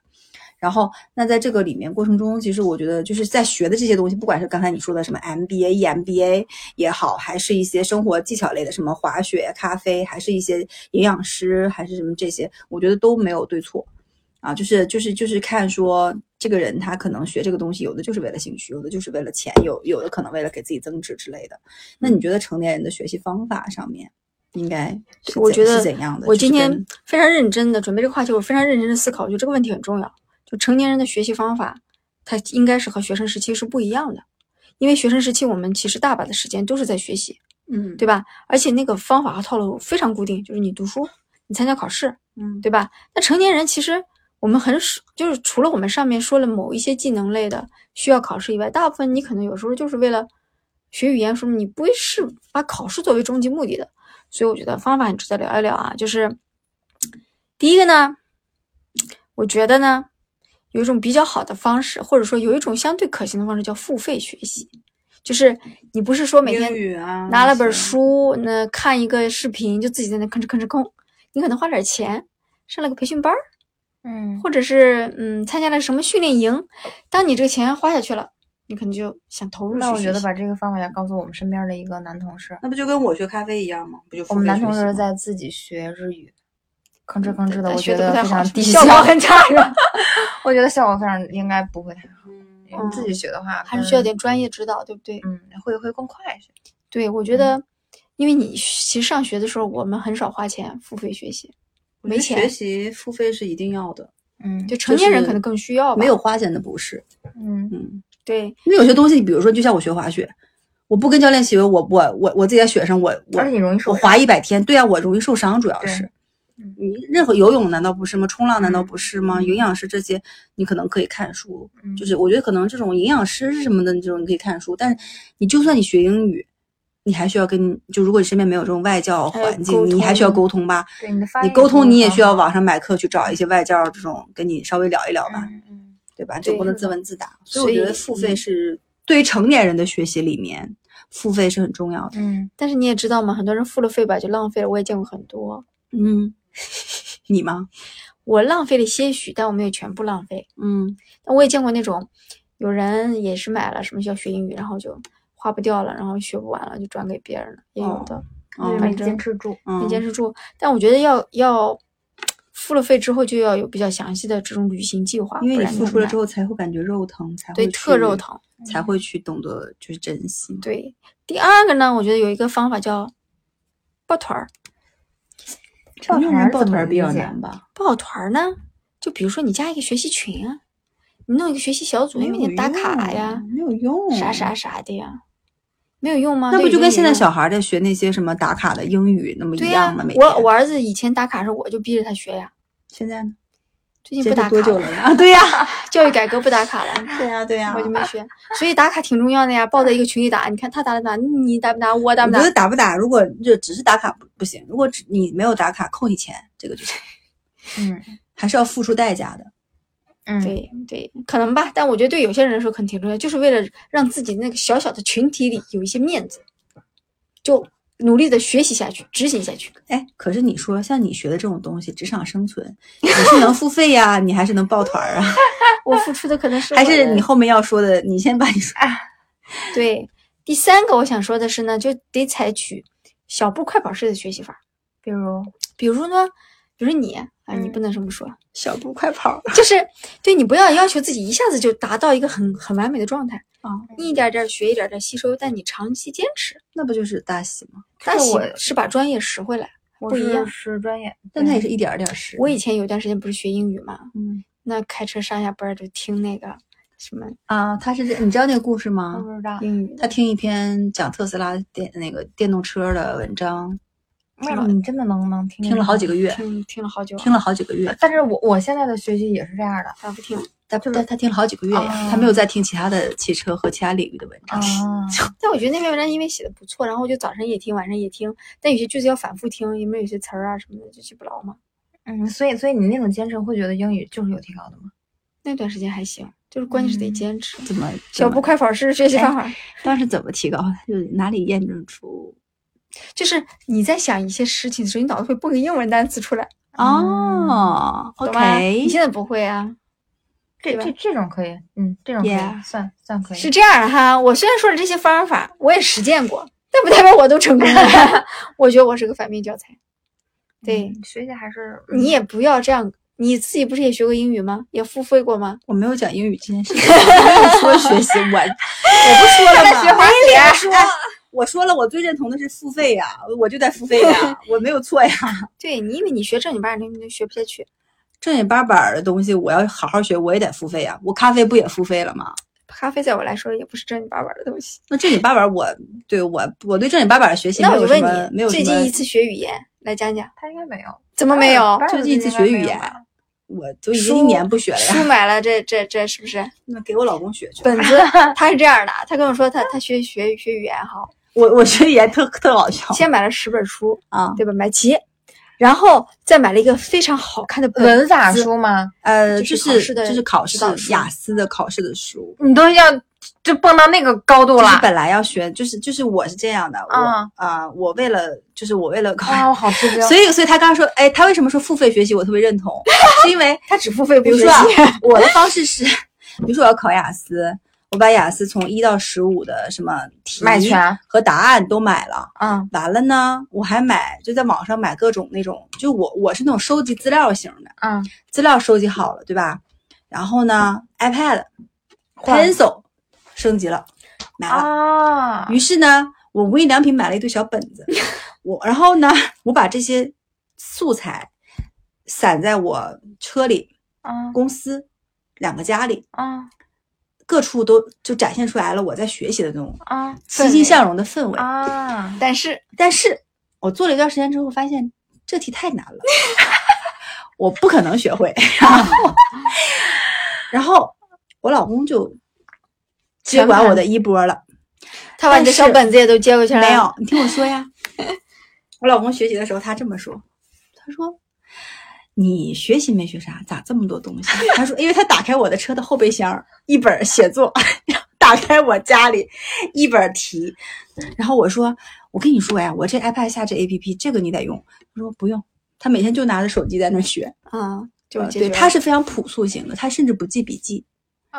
D: 然后，那在这个里面过程中，其实我觉得就是在学的这些东西，不管是刚才你说的什么 MBA、EMBA 也好，还是一些生活技巧类的，什么滑雪、咖啡，还是一些营养师，还是什么这些，我觉得都没有对错啊，就是就是就是看说这个人他可能学这个东西，有的就是为了兴趣，有的就是为了钱，有有的可能为了给自己增值之类的。那你觉得成年人的学习方法上面应该是怎
C: 我觉得
D: 是怎样的？
C: 我
D: 就是
C: 今天
D: 跟
C: 非常认真的准备这个话题，我非常认真的思考，我觉得这个问题很重要。就成年人的学习方法，它应该是和学生时期是不一样的，因为学生时期我们其实大把的时间都是在学习，
D: 嗯
C: 对吧？而且那个方法和套路非常固定，就是你读书，你参加考试，
D: 嗯
C: 对吧？那成年人其实我们很少，就是除了我们上面说了某一些技能类的需要考试以外，大部分你可能有时候就是为了学语言，什么你不是把考试作为终极目的的。所以我觉得方法很值得聊一聊啊，就是第一个呢，我觉得呢有一种比较好的方式，或者说有一种相对可行的方式叫付费学习，就是你不是说每天
D: 英语啊，
C: 拿了本
D: 是
C: 书，那看一个视频，就自己在那吭哧吭哧吭。你可能花点钱上了个培训班儿，
E: 嗯
C: 或者是嗯参加了什么训练营。当你这个钱花下去了，你可能就想投入去
E: 那我觉
C: 学
E: 得
C: 习
E: 把这个方法要告诉我们身边的一个男同事，
D: 那不就跟我学咖啡一样吗？不就
E: 我
D: 付
E: 们
D: 费
E: 男
D: 学
E: 同
D: 习
E: 事
D: 吗
E: 在自己学日语，吭哧吭哧的，
C: 但
E: 我
C: 学
E: 觉
C: 得不
E: 嗯得
C: 太
E: 非
C: 好
E: 常低
C: 效果
E: [LAUGHS]
C: 很差
E: 是吧？我觉得效果非常应该不会太好。因为
C: 嗯
E: 自己学的话，
C: 还是需要
E: 跟
C: 点专业指导，对不对？
E: 嗯，会会更快一些。
C: 对，我觉
E: 嗯
C: 得，因为你其实上学的时候，我们很少花钱付费学习，
D: 我觉
C: 没
D: 得
C: 钱
D: 学习付费是一定要的，
E: 嗯，
C: 对成年人可能更需要吧。
D: 没有花钱的不是。
E: 嗯，
D: 嗯，
C: 对，
D: 因为有些东西，比如说，就像我学滑雪，我不跟教练学，我我我我自己在雪上，我我
E: 而且你容易受
D: 我滑一百天，对啊，我容易受伤，主要
E: 对
D: 是
E: 嗯。
D: 你任何游泳难道不是吗？冲浪难道不是吗？
E: 嗯
D: 营养师这些你可能可以看书，
E: 嗯
D: 就是我觉得可能这种营养师什么的，这种你可以看书，但是你就算你学英语，你还需要跟就如果你身边没有这种外教
C: 还有
D: 环
C: 沟
D: 境，你还需要沟通吧？
E: 对你的发
D: 你
E: 音
D: 沟通你也
E: 很
D: 需要
E: 好
D: 网上买课去找一些外教这种跟你稍微聊一聊吧，
E: 嗯嗯
D: 对吧？就不
C: 对
D: 能
C: 是
D: 自问自答。所
C: 所
D: 以我觉
C: 以
D: 得付费是对于成年人的学习里面，付费是很重要的。
E: 嗯，
C: 但是你也知道嘛，很多人付了费吧就浪费了，我也见过很多。
D: 嗯， [LAUGHS] 你吗？
C: 我浪费了些许，但我没有全部浪费。
D: 嗯
C: 但我也见过那种，有人也是买了什么要学英语，然后就花不掉了，然后学不完了就转给别人了，也有的，
E: 嗯
D: 哦
E: 没
C: 反
E: 坚
C: 正
E: 持住。
C: 没
D: 嗯，
C: 坚持住。但我觉得要要付了费之后，就要有比较详细的这种履行计划，
D: 因为
C: 不
D: 你
C: 然
D: 付
C: 就
D: 出了
C: 难
D: 之后才会感觉肉疼，才会
C: 对特
D: 去
C: 肉，疼。
D: 才会去懂得就是珍惜。
C: 对，第二个呢，我觉得有一个方法叫抱团儿。
E: 抱
D: 成年
E: 团
D: 人
E: 儿
D: 抱
E: 怎么
D: 团儿比
E: 理
D: 较
E: 解
D: 难吧？
C: 抱团儿呢，就比如说你加一个学习群啊，你弄一个学习小组，
D: 没
C: 每天
D: 有
C: 打卡
D: 用啊
C: 呀，，
D: 没有用，啊
C: 啥啥啥的呀，没有用吗？
D: 嗯那
C: 对
D: 不就
C: 人
D: 跟
C: 有
D: 现在
C: 用
D: 小孩儿在学那些什么打卡的英语那么一
C: 对呀、
D: 样吗？每
C: 我
D: 天
C: 我儿子以前打卡的时候，我就逼着他学呀。
D: 现在呢？
C: 最近
D: 这
C: 不
D: 是
C: 打卡
D: 多久了呀？ [LAUGHS] 对呀，
C: 教育改革不打卡了，
D: [LAUGHS] 对呀，对呀
C: 我就没学。所以打卡挺重要的呀，抱在一个群里打，你看他打不打，你打不打，我打
D: 我
C: 不
D: 觉
C: 打
D: 得。打不打，如果就只是打卡不不行，如果只你没有打卡，扣你钱，这个就行，
E: 嗯
D: 还是要付出代价的。
E: 嗯，
C: 对对，可能吧，但我觉得对有些人来说可能挺重要，就是为了让自己那个小小的群体里有一些面子，就努力的学习下去，执行下去。
D: 哎，可是你说像你学的这种东西，职场生存，你是能付费呀、你还是能抱团儿
C: [LAUGHS]
D: 啊？
C: 我付出的可能是
D: 还
C: 我
D: 是
C: 的
D: 你后面要说的？你先把你说，
C: 哎对，第三个我想说的是呢，就得采取小步快跑式的学习法。
E: 比如
C: 比如呢，比如你啊，你
E: 嗯
C: 不能这么说，
D: 小步快跑
C: [LAUGHS] 就是对你不要要求自己一下子就达到一个很很完美的状态，
D: 啊、
C: 你一点儿点儿学，一点儿点儿吸收，但你长期坚持，
D: 那不就是大喜吗？
C: 但
E: 是
C: 是
E: 我
C: 是把专业拾回来。
E: 我
C: 不一
E: 是
C: 样
E: 是专业，
D: 但它也
E: 对
D: 是一点儿点儿试。
C: 我以前有段时间不是学英语嘛，
D: 嗯
C: 那开车上下班儿就听那个什么
D: 啊，他是这，你知道那个故事吗？
E: 我
C: 嗯
E: 不知道。
C: 英语的，
D: 他听一篇讲特斯拉电那个电动车的文章，
E: 为什么你真的能能听
D: 听了好几个月，
C: 嗯听听了好久，
D: 听了好几个月，
E: 但是我我现在的学习也是这样的
C: 反复听。
D: 但但他听了好几个月呀
E: 哦，
D: 他没有再听其他的汽车和其他领域的文章。
C: 哦
E: 啊，
C: 但我觉得那篇文章因为写的不错，然后我就早上也听，晚上也听，但有些句子要反复听，因为有些词儿啊什么的就记不牢嘛。
E: 嗯，所以所以你那种坚持会觉得英语就是有提高的吗？
C: 那段时间还行，就是关键是得坚持。 [LAUGHS]
D: 怎么
C: 小步？快跑式学习方法，
D: 怎么当时怎么提高的？就是哪里验证出？
C: 就是你在想一些事情的时候，你脑子会蹦个英文单词出来，嗯懂
D: 哦
C: 吗？
D: ，OK，
C: 你现在不会啊，
E: 这
C: 对吧
E: 这这种可以，嗯，这种可以
D: Yeah
E: 算算可以。
C: 是这样的哈。我虽然说了这些方法，我也实践过，但不代表我都成功了。 [LAUGHS] 我觉得我是个反面教材。对
E: 嗯，学习还是
C: 你也不要这样，你自己不是也学过英语吗？也付费过吗？
D: 我没有讲英语这
C: [LAUGHS]
D: 件事情，我没有说学习，我 [LAUGHS] 我不说了
C: [LAUGHS]
D: 吗？
E: 学滑雪
D: 哎说。 [LAUGHS] 我说了，我最认同的是付费呀、我就在付费呀、
C: [LAUGHS]
D: 我没有错呀。
C: 对你，因为你学正经八经的，你就学不下去。
D: 正经八板儿的东西，我要好好学，我也得付费呀、我咖啡不也付费了吗？
C: 咖啡在我来说也不是正经八百的东西。
D: 那正经八板儿我，对我我对正经八板儿的学习
C: 那
D: 没
C: 我
D: 有
C: 就
D: 什么
C: 问
D: 没有
C: 你，
D: 什
C: 最
D: 么
C: 近一次学语言来讲讲，
E: 他应该没有，
C: 怎么没有？
D: 最近一次学语言，我都已经一
C: 书
D: 年不学了呀。
C: 书买了，这这这是不
D: [LAUGHS]
C: 是？
D: 那给我老公学去。
C: 本子 [LAUGHS] 他是这样的，他跟我说他他学学学语言哈，
D: 我我学语言特特搞笑
C: 先买了十本书，
D: 啊。
C: 对吧？买齐，然后再买了一个非常好看的本
E: 文法
C: 子，
E: 书吗？
D: 呃，
C: 就
D: 就是
C: 考试
D: 是
C: 的
D: 就是考
C: 指
D: 试
C: 导书
D: 雅思的考试的书，
E: 你都要就蹦到那个高度
D: 就 [LAUGHS]
E: 了
D: 是本来要学，就是就是我是这样的，我
E: 啊
D: 啊，我为了就是我为了考，
E: 啊！我好吃惊，
D: 所以所以他刚刚说，哎，他为什么说付费学习？我特别认 [LAUGHS] 同，是因为
C: 他只付费
D: 比
C: 不学
D: 如说啊
C: 习。
D: 我的方式是，比如说我要考雅思，我把雅思从一到十五的什么题
E: 买全
D: 和答案都买了。
E: 嗯
D: 完了呢，我还买就在网上买各种那种，就我我是那种收集资料型的，
E: 嗯，
D: 资料收集好了，对吧？然后呢，iPad、
E: 换
D: Pencil 升级了，买了。
E: 啊
D: 于是呢，我无印良品买了一堆小本
E: [LAUGHS]
D: 子，我然后呢，我把这些素材散在我车里、
E: 啊
D: 公司两个家里
E: 啊
D: 各处都就展现出来了我在学习的那种
E: 啊
D: 欣欣向荣的氛
C: [LAUGHS]
D: 围。
E: 啊！
C: 但是
D: 但是我做了一段时间之后，发现这题太难了， [LAUGHS] 我不可能学会。然后，然后我老公就接
E: 全
D: 管我
E: 盘
D: 的衣钵了。
C: 他把你的
D: 但
C: 小
D: 是
C: 本子也都接过去了，
D: 没有， [LAUGHS] 你听我说呀。我老公学习的时候，他这么说，他说：“你学习没学啥，咋这么多东西？” [LAUGHS] 他说：“因为他打开我的车的后备箱，一本写作， [LAUGHS] 打开我家里一本题。”然后我说：“我跟你说呀，我这 iPad 下这 APP，这个你得用。”他说：“不用。”他每天就拿着手机在那儿学，
C: 嗯，就
D: 呃
C: 解
D: 对，
C: 决
D: 他
C: 了
D: 是非常朴素型的，他甚至不记笔记。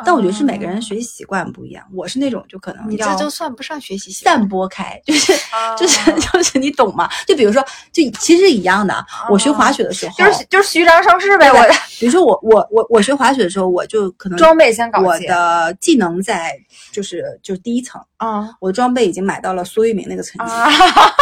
D: 但我觉得是每个人
E: 啊
D: 学习习惯不一样，我是那种就可能
C: 你这
D: 要
C: 都算不上学习习惯
D: 散播开， [LAUGHS] 就是
E: 啊
D: 就是 [LAUGHS] 就是你懂吗？就比如说，就其实一样的，我学滑雪的时候，
E: 哦就是就是虚张声势呗，我
D: 比如说我我我我学滑雪的时候，我就可能
E: [LAUGHS] 装备先搞
D: 我
E: 齐
D: 的技能在就是就是第一层，
E: 啊
D: 我的装备已经买到了苏翊鸣那个层级，
E: 啊！
D: [LAUGHS]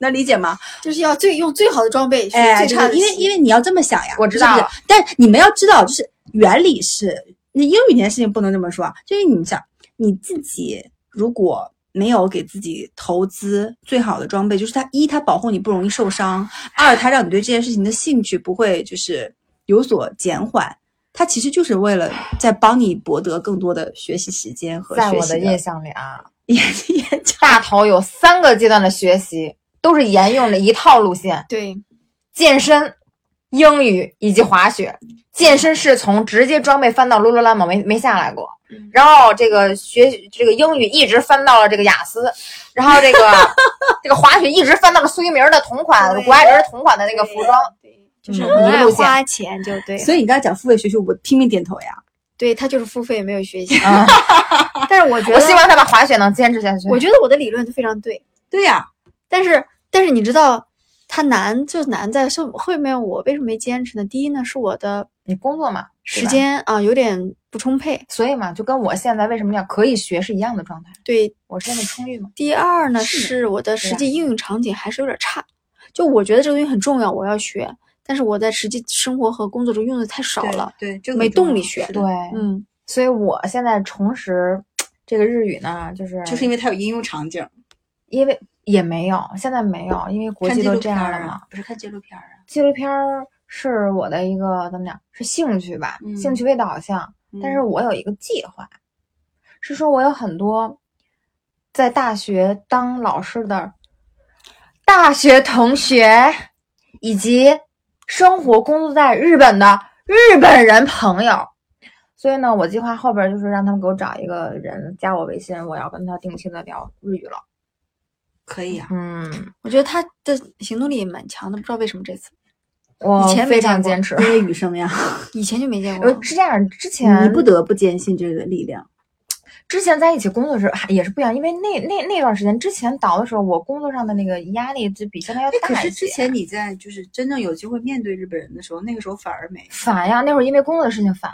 D: 能理解吗？
C: 就是要最用最好的装备学
D: 哎，
C: 最
D: 对
C: 差的习，
D: 对因为因为你要这么想呀，
E: 我知道
D: 是不是但你们要知道，就是原理是那英语这件事情不能这么说啊，就是你想你自己如果。没有给自己投资最好的装备，就是它一它保护你不容易
C: [SIGHS]
D: 受伤，二它让你对这件事情的兴趣不会就是有所减缓，它其实就是为了在帮你博得更多的学习时间和
E: 在
D: 学
E: 我
D: 习
E: 的印象里啊，
D: 研 [LAUGHS] 研究。
E: 大头有三个阶段的学习，都是沿用了一套路线：
C: 对
E: 健身、英语以及滑雪。健身是从直接装备翻到 Lululemon 没没下来过
C: 嗯，
E: 然后这个学这个英语一直翻到了这个雅思，然
C: [LAUGHS]
E: 后这个这个滑雪一直翻到了苏一鸣的同款
C: 对
E: 谷爱凌的同款的那个服装。，
C: 对，就是
D: 嗯
C: 很
E: 一
C: 爱
E: 路线
C: 花钱，就
E: [LAUGHS]
C: 对了，
D: 所以你刚才讲付费学习，我拼命点头呀。
C: 对他就是付费没有学习，
E: 嗯
C: [LAUGHS] 但是我觉得
E: 我希望他把滑雪能坚持下去。
C: 我觉得我的理论就非常对，
D: 对呀、
C: 但是但是你知道它难就难在是后面我为什么没坚持呢？第一呢是我的
E: 你工作嘛，对
C: 时
E: 吧，
C: 间啊、有点不充沛，
E: 所以嘛，就跟我现在为什么叫可以学是一样的状态。
C: 对。
E: 我是因为充裕嘛，
C: 第二呢
E: 是的
C: 是我的
E: 对
C: 实
E: 啊
C: 际应用场景还是有点差，就我觉得这个东西很重要，我要学，但是我在实际生活和工作中用的太少
D: 对
C: 了，
D: 对，这个
C: 没
D: 很重
C: 动力
D: 要
C: 学
D: 是的
E: 对，
C: 嗯，
E: 所以我现在重拾这个日语呢，就是
D: 就是因为它有应用场景。
E: 因为也没有，现在没有，因为国
D: 看
E: 际
D: 纪
E: 都
D: 录
E: 这
D: 片
E: 样
D: 儿
E: 了
D: 啊，
E: 嘛。
D: 不是看纪录片儿啊，
E: 纪录片儿是我的一个怎么讲，是兴趣吧，
D: 嗯
E: 兴趣为导向，
C: 嗯
E: 但是我有一个计划，是说我有很多在大学当老师的大学同学，以及生活工作在日本的日本人朋友。所以呢，我计划后边就是让他们给我找一个人加我微信，我要跟他定期的聊日语了。
D: 可以啊，
E: 嗯，
C: 我觉得他的行动力也蛮强的，不知道为什么这次
E: 我
C: 以前没
E: 非常
C: 见过
E: 坚持。
D: 因为雨生呀，
C: 以前就没见过
E: 呃，，是这样，之前
D: 你不得不坚信这个力量。
E: 之前在一起工作的时候还也是不一样，因为那那那段时间之前倒的时候，我工作上的那个压力就比现在要
D: 哎，可
E: 大一
D: 是之
E: 些。
D: 前你在就是真正有机会面对日本人的时候，那个时候反而没，
E: 烦呀，那会儿因为工作的事情烦。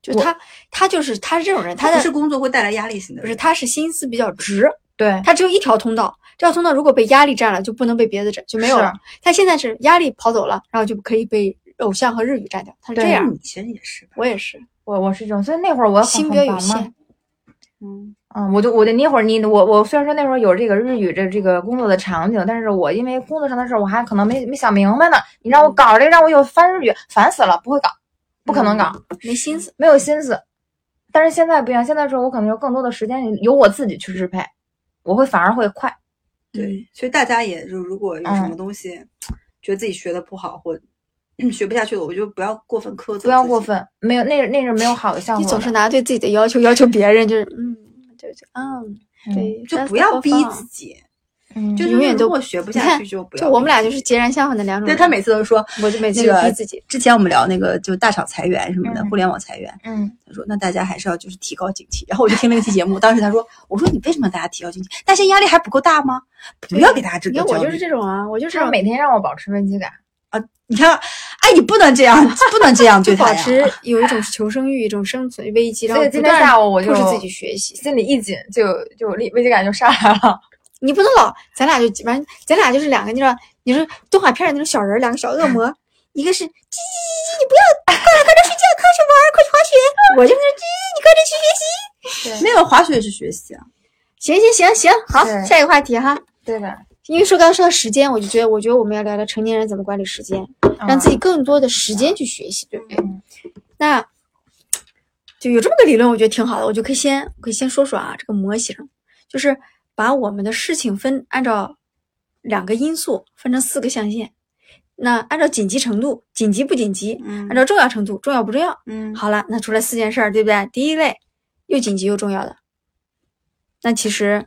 C: 就他他就是他是这种人，他
D: 他不是
C: 的
D: 工作会带来压力型的，
C: 不是他是心思比较直，
E: 对，
C: 它只有一条通道，这条通道如果被压力占了，就不能被别的占，就没有了。它现在是压力跑走了，然后就可以被偶像和日语占掉。它是这
E: 对
C: 样，
D: 你其实也是吧。
C: 我也是
E: 我我是这种，所以那会儿我很
C: 心比较
E: 很
C: 有
E: 忙嘛
C: 限。
D: 嗯，
E: 嗯，我就我就那会儿你我我虽然说那会儿有这个日语这这个工作的场景，但是我因为工作上的事儿，我还可能没没想明白呢。你让我搞这个，让我有翻日语，烦死了，不会搞，不可能搞，
C: 没心思。
E: 没有心思。但是现在不一样，现在是我可能有更多的时间由我自己去支配，我会反而会快。
D: 对，所以大家也就如果有什么东西觉得自己学的不好或 [CLEARS THROAT] 学不下去了，我就不要过分苛责，
E: 不要过，分，没有那那是没有好的效果
C: 你
E: 的。
C: 总是拿对自己的要求要求别人，就是嗯，就就嗯，
E: 嗯
C: 对，
D: 就
C: that's
D: 不要
C: the
D: 逼
C: fun
D: 自己，
E: 嗯，
D: 就是
C: 永远都
D: 如果学不
C: 你
D: 下
C: 看
D: 去就不要。
C: 就我们俩就。是截然相反的两种
D: 对
C: 人。
D: 他每次都说，
C: 嗯我就每次
D: 那
C: 就逼
D: 个
C: 自己，
D: 之前我们聊那个就大厂裁员什么的，
E: 嗯
D: 互联网裁员，
E: 嗯，
D: 他说那大家还是要就是提高警惕。然后我就听了一期节目，当时他说，我说你为什么大家提高警惕？大家压力还不够大吗？不要给大家这
C: 你
D: 个
C: 看
D: 焦
C: 我就
D: 虑。
C: 是这种啊，我就是这
E: 他
C: 种
E: 每天让我保持危机感。
D: 你看，哎，你不能这样，不能这样对啊
C: 就
D: 他
C: 保
D: 呀。
C: 持有一种求生欲，一种生存危机，然
E: 所
C: 后
E: 以
C: 不
E: 今天
C: 断
E: 下午我
C: 迫
E: 就
C: 使自己学习。
E: 心里一紧，就就危危机感就上来
C: [LAUGHS]
E: 了。
C: 你不能老，咱俩就完，咱俩就是两个那种，你说动画片里那种小人儿，两个小恶魔，一个是叽叽叽叽，你不要，快快点睡觉，快去玩儿，快去滑雪。我就是那叽，你快点去学习。
D: 没有滑雪也是学习啊。
C: 行行行行，好，
E: 对
C: 下一个话题哈。
E: 对的，
C: 因为说刚刚说到时间，我就觉得，我觉得我们要聊聊成年人怎么管理时间，让自己更多的时间去学习，对不对？
E: 嗯
C: 那就有这么个理论，我觉得挺好的，我就可以先可以先说说啊，这个模型就是把我们的事情分按照两个因素分成四个象限，那按照紧急程度，紧急不紧急，
D: 嗯
C: 按照重要程度，重要不重要。
D: 嗯，
C: 好了，那出来四件事儿，对不对？第一类又紧急又重要的，那其实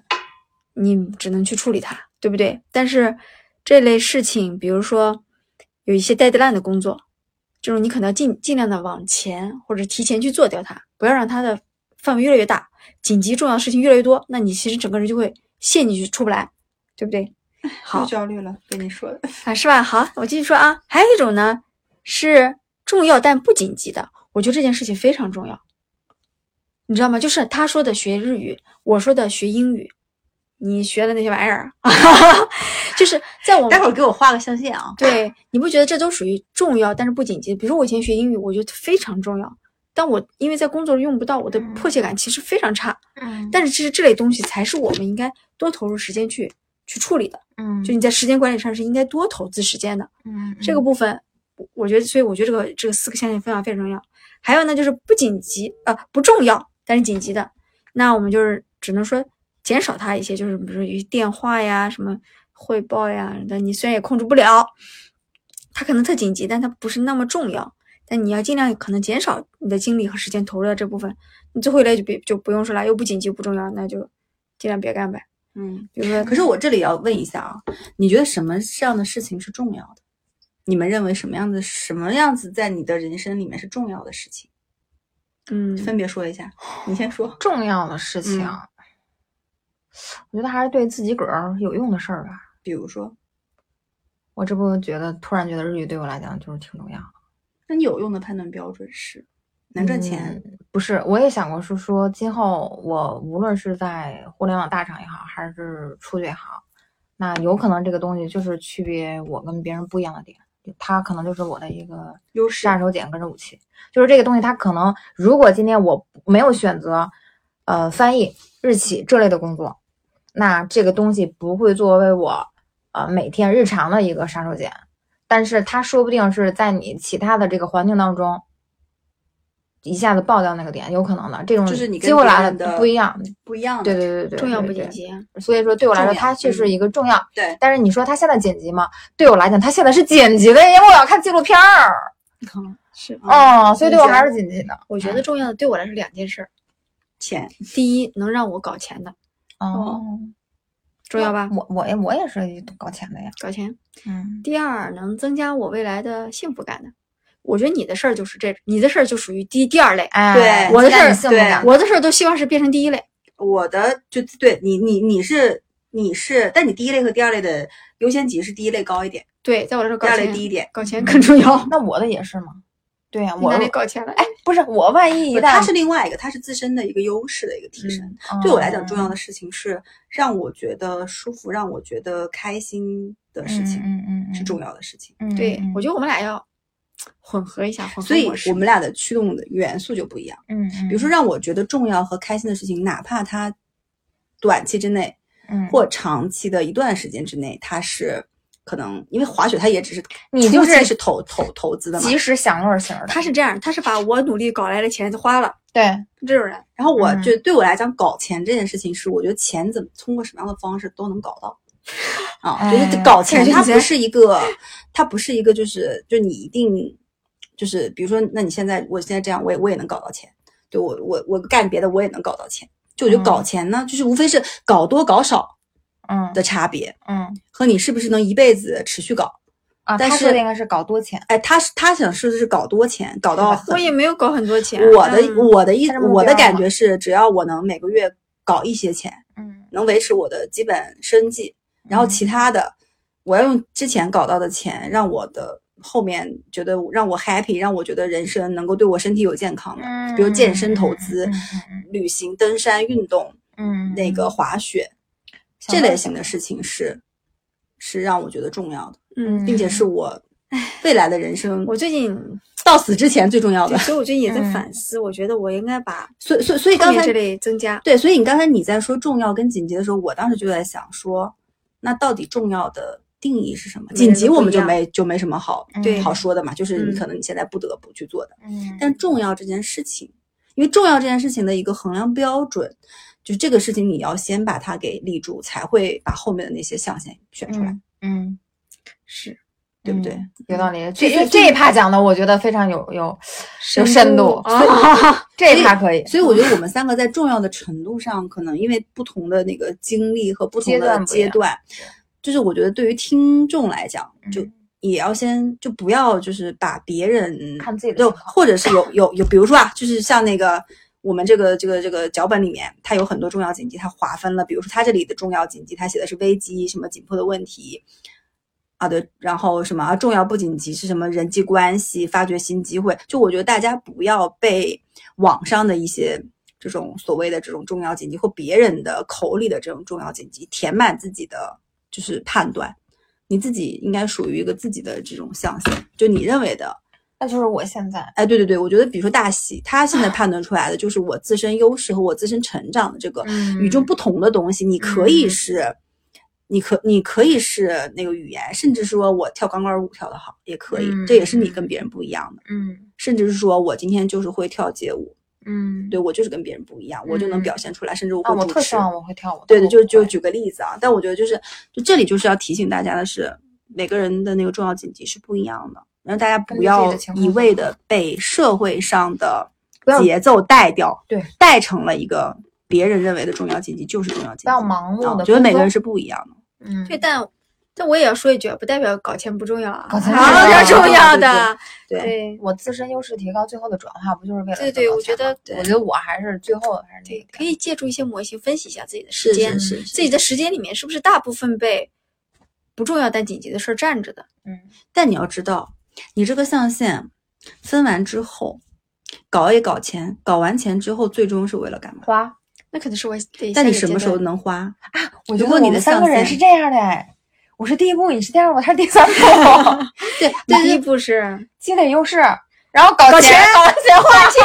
C: 你只能去处理它，对不对？但是这类事情，比如说有一些 deadline 的工作，这种你可能要尽尽量的往前或者提前去做掉它，不要让它的范围越来越大，紧急重要的事情越来越多，那你其实整个人就会陷进去出不来，对不对？好
D: 又，焦虑了，跟你说的。
C: 啊，是吧？好，我继续说啊。还有一种呢是重要但不紧急的，我觉得这件事情非常重要，你知道吗？就是他说的学日语，我说的学英语，你学的那些玩意儿，啊 [LAUGHS] 就是在我们
D: 待会儿给我画个象限啊。
C: 对，你不觉得这都属于重要但是不紧急？比如说我以前学英语，我觉得非常重要，但我因为在工作中用不到，我的迫切感其实非常差。
E: 嗯
C: 但是其实这类东西才是我们应该多投入时间去去处理的，
E: 嗯
C: 就你在时间管理上是应该多投资时间的。
E: 嗯
C: 这个部分，我我觉得，所以我觉得这个这个四个象限分享非常重要。还有呢，就是不紧急，呃，不重要，但是紧急的，那我们就是只能说减少它一些，就是比如说有些电话呀、什么汇报呀，那你虽然也控制不了，它可能特紧急，但它不是那么重要。但你要尽量可能减少你的精力和时间投入到这部分。你最后一类就别就不用说了，又不紧急不重要，那就尽量别干呗。
D: 嗯，
C: 比如说，
D: 可是我这里要问一下啊，你觉得什么样的事情是重要的？你们认为什么样的什么样子在你的人生里面是重要的事情？
C: 嗯，
D: 分别说一下，你先说。
E: 重要的事情，
D: 嗯
E: 我觉得还是对自己个儿有用的事儿吧。
D: 比如说，
E: 我这不觉得突然觉得日语对我来讲就是挺重要的，
D: 那你有用的判断标准是能赚钱，
E: 嗯不是，我也想过是说，今后我无论是在互联网大厂也好，还是出去也好，那有可能这个东西就是区别我跟别人不一样的点，它可能就是我的一个
D: 优势
E: 杀手锏跟着武器，就是这个东西，它可能如果今天我没有选择，呃，翻译、日企这类的工作，那这个东西不会作为我呃每天日常的一个杀手锏，但是它说不定是在你其他的这个环境当中，一下子爆掉那个点，有可能的。这种
D: 就是你跟
E: 机会
D: 别
E: 来
D: 人
E: 了
D: 的
E: 不一样，
D: 不一样的。
E: 对对对对，
C: 重要
E: 对
C: 不
E: 对
C: 紧急啊，
E: 所以说对我来说，
D: 重要
E: 它确实
D: 嗯
E: 一个重要。
D: 对
E: 但是你说它现在紧急吗？对我来讲，它现在是紧急的，因为我要看纪录片儿。
C: 嗯是
D: 嗯
E: 哦，所以对我
D: 你觉
E: 还
D: 得
E: 是紧急的。
C: 我觉得
D: 嗯
C: 重要的对我来说两件事儿，
D: 钱，
C: 第一能让我搞钱的
E: 哦，
C: 重要
D: 嗯
C: 吧，
E: 我我也我也是搞钱的呀。
C: 搞钱；
E: 嗯
C: 第二能增加我未来的幸福感的。我觉得你的事儿就是这，你的事儿就属于第第二类，
E: 哎，
D: 对
C: 我的
E: 这样
C: 事
E: 你
C: 儿
E: 幸福感。
C: 我的事儿都希望是变成第一类。
D: 我的就对你你你是你是，但你第一类和第二类的优先级是第一类高一点，
C: 对，在我来说
D: 第
C: 搞
D: 二类低一
C: 钱，
D: 点。
C: 搞钱更重
D: [LAUGHS]
C: 要。
E: 那我的也是吗？对呀，
C: 你
E: 我
C: 哪里搞钱了？
D: 嗯
E: 哎，不是我，万一一
D: 不是
E: 旦
D: 它是另外一个，它是自身的一个优势的一个提升。
E: 嗯
D: 对我来
E: 哦
D: 讲，重要的事情是让我觉得舒服、让我觉得开心的
E: 的
D: 事情，
E: 嗯嗯嗯，
D: 是重要的事情。
E: 嗯。
C: 对，我
E: 就
C: 觉得我们俩要混合一下，混合
D: 所以
C: 模式
D: 我们俩的驱动的元素就不一样。
E: 嗯，
D: 比如说让我觉得重要和开心的事情，哪怕它短期之内
E: 嗯，
D: 或长期的一段时间之内，它是可能因为滑雪它也只是
E: 你就
D: 初期
E: 是
D: 是投投投资的嘛。
E: 及时享乐型的，
C: 他是这样，他是把我努力搞来的钱都花了，
E: 对，
C: 这种
D: [LAUGHS]
C: 人，
D: 然后我
E: 嗯
D: 就对我来讲，搞钱这件事情是我觉得钱怎么通过什么样的方式都能搞到。啊，就
E: 哎
D: 是搞钱，
C: 感觉
D: 它
C: 你在
D: 不是一个，它不是一个，就是就你一定就是，比如说，那你现在我现在这样，我也我也能搞到钱，对我我我干别的我也能搞到钱。就我觉得搞钱呢，就是无非是搞多搞少
E: 嗯
D: 的差别，
E: 嗯
D: 和你是不是能一辈子持续搞。
E: 啊，
D: 但
E: 他
D: 是
E: 说的应该是搞多钱，
D: 哎，他是他想说的是搞多钱，搞到
C: 我
D: 很
C: 也没有搞很多钱。
D: 我的
C: 嗯
D: 我的一
E: 但是目
D: 我的
E: 标
D: 感
E: 嘛
D: 觉是，只要我能每个月搞一些钱，
E: 嗯
D: 能维持我的基本生计，然后其他的，我要用之前搞到的钱，让我的后面觉得让我 happy，让我觉得人生能够对我身体有健康的，
E: 嗯，
D: 比如健身、投资
E: 嗯嗯、
D: 旅行、登山、运动、
E: 嗯，嗯
D: 那个滑雪
E: 享
D: 这
E: 乐
D: 类
E: 型
D: 型的事情是是让我觉得重要的，
C: 嗯，
D: 并且是我未来的人生
C: 我最近，
D: 到死之前最重要
C: 对
D: 的。
C: 所以我最近也在
E: 嗯
C: 反思，我觉得我应该把
D: 所以，所以，所以
C: 后
D: 刚
C: 面
D: 才
C: 这类增加。
D: 对，所以你刚才你在说重要跟紧急的时候，我当时就在想说，那到底重要的定义是什么？
C: 每个
D: 紧
C: 人
D: 急
C: 都
D: 我
C: 不
D: 们
C: 一
D: 就
C: 样嗯
D: 没就没什么好
C: 对
D: 好说的嘛，就是你
C: 嗯
D: 可能你现在不得不去做的。
E: 嗯，
D: 但重要这件事情，因为重要这件事情的一个衡量标准，就这个事情你要先把它给立住，才会把后面的那些象限选出来，
E: 嗯嗯，
C: 是
D: 对不对？
E: 嗯有道理，
D: 所以所
E: 这
D: 以
E: 这一趴讲的，我觉得非常有有有
C: 哦
E: 深度，
C: 啊，
E: 这一趴可以，
D: 所以我觉得我们三个在重要的程度上，可能因为不同的那个经历和不同
E: 阶段
D: 的
E: 不一样
D: 阶段，就是我觉得对于听众来讲，就
E: 嗯
D: 也要先就不要就是把别人
E: 看自己的
D: 就
E: 情况
D: 或者是有有有，比如说啊，就是像那个我们这个这个这个脚本里面，它有很多重要紧急，它划分了，比如说它这里的重要紧急，它写的是危机什么紧迫的问题。啊，对，然后什么啊，重要不紧急是什么？人际关系，发掘新机会。就我觉得大家不要被网上的一些这种所谓的这种重要紧急或别人的口里的这种重要紧急填满自己的就是判断。你自己应该属于一个自己的这种象限，就你认为的。
E: 那就是我现在，
D: 哎，对对对，我觉得比如说大喜，他现在判断出来的就是我自身优势和我自身成长的这个
E: 嗯
D: 与众不同的东西。你可以
E: 嗯
D: 是，你可你可以是那个语言，甚至说我跳钢管舞跳得好也可以，这也是你跟别人不一样的。
E: 嗯
D: 甚至是说我今天就是会跳街舞，
E: 嗯，
D: 对我就是跟别人不一样，我就能表现出来，甚至我
E: 啊，
D: 会
E: 我
D: 主
E: 特
D: 持
E: 希。望我会跳舞，
D: 对对，
E: 但我
D: 就
E: 不
D: 就
E: 会
D: 举个例子啊，但我觉得就是，就这里就是要提醒大家的是，每个人的那个重要紧急是不一样的，然后大家
E: 根
D: 不
E: 据自己的
D: 要
E: 情况
D: 一
E: 去
D: 味
E: 衡
D: 的被社会上的
E: 不要
D: 节奏带掉，
E: 对，
D: 带成了一个别人认为的重要紧急就是重要紧急，
E: 不要盲目
D: 啊
E: 的，
D: 我觉得每个人是不一样的。
E: 嗯
C: 对，但但我也要说一句，啊不代表搞钱不重要啊，
E: 搞钱不
C: 还
E: 重
C: 是
E: 要
C: 重要
D: 对
C: 的。
D: 对，
C: 对
E: 我自身优势提高，最后的转化不就是为了
C: 对
E: 挣
C: 对
E: 到
C: 我
E: 钱
C: 觉得
E: 吗我觉得我还是最后还是那
C: 对
E: 个，
C: 可以借助一些模型分析一下自己的时
D: 啊是
C: 间
D: 是，是，
C: 自己的时间里面是不是大部分被不重要但紧急的事儿占着的？
E: 嗯
D: 但你要知道，你这个象限分完之后，搞也搞钱，搞完钱之后，最终是为了干嘛？
E: 花。
C: 那可能是我得
D: 但
C: 下
D: 你
C: 一个
D: 什么
C: 阶
D: 时候
C: 段
D: 能花？ [LAUGHS]
E: 我
D: 如
E: 觉得
D: 果
E: 我
D: 你
E: 们
D: 的
E: 三
D: 象
E: 个人
D: 限
E: 是这样的哎，我是第一步，你是第二步，他是第三 [LAUGHS] 步，
D: 对
C: 第
D: 对
C: 一步是
E: 积累优势，然后搞
C: 搞
E: 钱
C: 钱，
E: 搞完钱花钱。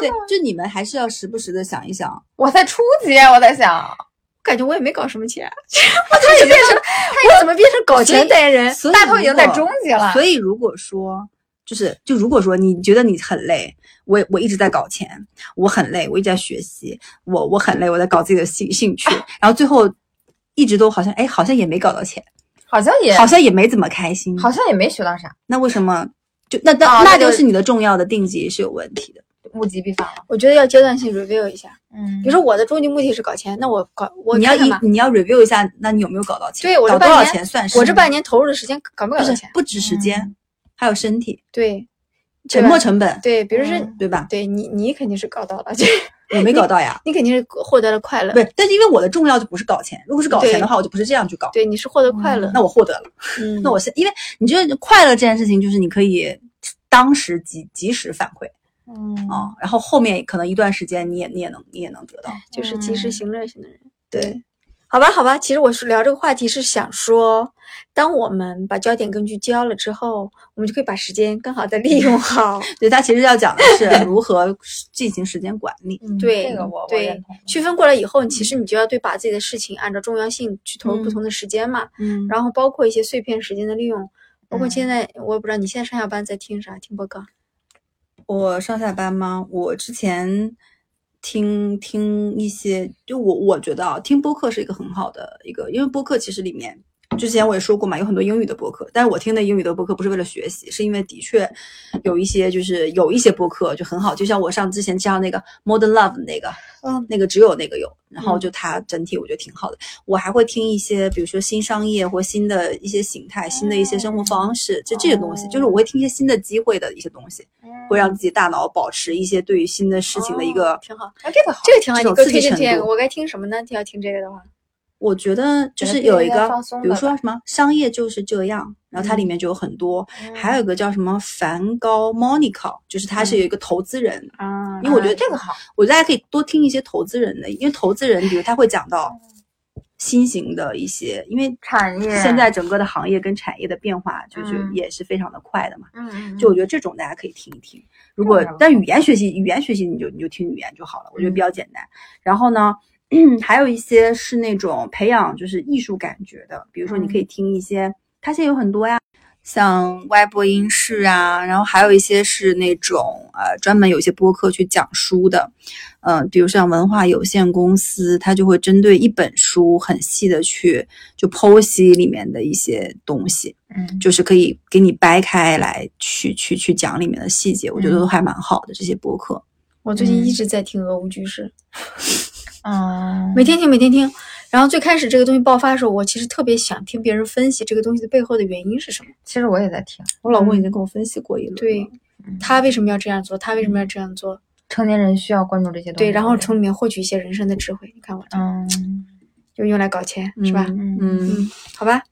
D: 对，就你们还是要时不时的想一想，
E: 我在初级，我在想，
C: 感觉我也没搞什么钱，啊 [LAUGHS] 我怎么就变成他怎么变成搞钱代言人？
D: 所以
E: 大头已经在
D: 如果
E: 中级了
D: 所以如果说，就是就如果说你觉得你很累，我我一直在搞钱，我很累，我一直在学习，我我很累，我在搞自己的兴兴
C: [LAUGHS]
D: 趣，然后最后一直都好像哎，好像也没搞到钱，
E: 好像也
D: 好像也没怎么开心，
E: 好像也没学到啥，
D: 那为什么就那那、
E: 哦
D: 那
E: 那就
D: 就是你的重要的定级是有问题的，
E: 物极必反了。
C: 我觉得要阶段性 review 一下。
E: 嗯
C: 比如说我的终极目的是搞钱，那我搞我
D: 你要
C: 看看
D: 一
C: 吧
D: 你要 review 一下，那你有没有搞到钱？
C: 对我这
D: 搞
C: 半
D: 多少
C: 年
D: 钱算是？
C: 我这半年投入的时间搞没搞
D: 就
C: 到
D: 是
C: 钱？
D: 不止时间，
E: 嗯
D: 还有身体，
C: 对
D: 沉
C: 吧
D: 没成本，
C: 对，比如说
E: 嗯
D: 对吧？
C: 对你你肯定是搞到了， [LAUGHS] 就
D: 我没搞到呀。
C: 你肯定是获得了快乐
D: 不，是，但是因为我的重要就不是搞钱，如果是搞钱
C: 对
D: 的话，我就不是这样去搞。
C: 对，你是获得快乐。
D: 那我获得了，
C: 嗯
D: 那我是因为你觉得快乐这件事情，就是你可以当时及及时反馈
E: 嗯
D: 啊、然后后面可能一段时间你也你也能你也能得到。
C: 就是及时行乐型的人。
D: 嗯对，
C: 好吧，好吧，其实我是聊这个话题是想说，当我们把焦点根据焦了之后，我们就可以把时间更好的利用
D: [LAUGHS]
C: 好。
D: 对，他其实要讲的
C: [LAUGHS]
D: 是如何进行时间管理。
E: 嗯
C: 对，
E: 这个我我认
C: 对
E: 同，
C: 区分过来以后，其
D: 嗯
C: 实你就要对把自己的事情按照重要性去投入不
E: 嗯
C: 同的时间嘛，
D: 嗯
C: 然后包括一些碎片时间的利用，包括
E: 嗯
C: 现在、我也不知道你现在上下班在听啥，听播客。
D: 我上下班吗？我之前听听一些，就我我觉得啊，听播客是一个很好的一个，因为播客其实里面之前我也说过嘛，有很多英语的播客，但是我听的英语的播客不是为了学习，是因为的确有一些就是有一些播客就很好，就像我上之前上那个 Modern Love 那个，
C: 嗯，
D: 那个只有那个有，然后
C: 嗯
D: 就它整体我觉得挺好的。我还会听一些，比如说新商业或新的一些形态、新的一些生活方式，就这些东西，就是我会听一些新的机会的一些东西。会让自己大脑保持一些对于新的事情的一个，
C: 哦挺好，
E: 啊，这个好，
C: 这个挺好，
D: 这
C: 你
D: 种
C: 给我
D: 刺
C: 推
D: 激
C: 荐推
D: 程
C: 荐。
D: 度
C: 我该听什么呢？要听这个的话，
D: 我觉得就
E: 觉
D: 是
E: 得
D: 有
E: 是
D: 一
E: 应该
D: 个
E: 放松，
D: 比如
E: 的
D: 说
E: 吧嗯哦
D: 什么商业就是这样，然后它里面就有很多，还有一个叫什么梵高 Monica，就是他是有一个投资人，
C: 啊
D: 因为我觉得
E: 嗯啊这个好，
D: 我觉得大家可以多听一些投资人的，因为投资人比如他会讲到新型的一些，因为
E: 嗯产业
D: 现在整个的行业跟产业的变化就是
E: 嗯
D: 也是非常的快的嘛，
E: 嗯嗯
D: 就我觉得这种大家可以听一听。如果
E: 这样啊嗯
D: 但语言学习，语言学习你就你就听语言就好了，我觉得比较简单。然后呢， [CLEARS THROAT] 还有一些是那种培养就是艺术感觉的，比如说你
E: 嗯
D: 可以听一些，它现在有很多呀，像歪播音室啊，然后还有一些是那种呃专门有一些播客去讲书的，呃，比如像文化有限公司，它就会针对一本书很细的去就剖析里面的一些东西。
E: 嗯
D: 就是可以给你掰开来去去去讲里面的细节，我觉得都还蛮好的、这些播客。
C: 我最近一直在听俄乌局势，
E: 嗯
C: 每天听，每天听。然后最开始这个东西爆发的时候，我其实特别想听别人分析这个东西的背后的原因是什么。
E: 其实我也在听，
D: 我老公已经跟我分析过一轮了
C: 对，他为什么要这样做？他为什么要这样做？
E: 成年人需要关注这些东
C: 对，
E: 西。
C: 然后从里面获取一些人生的智慧。你看我，
E: 嗯
C: 就用来搞钱，是吧？
D: 嗯
E: 嗯
D: 嗯，
C: 好吧，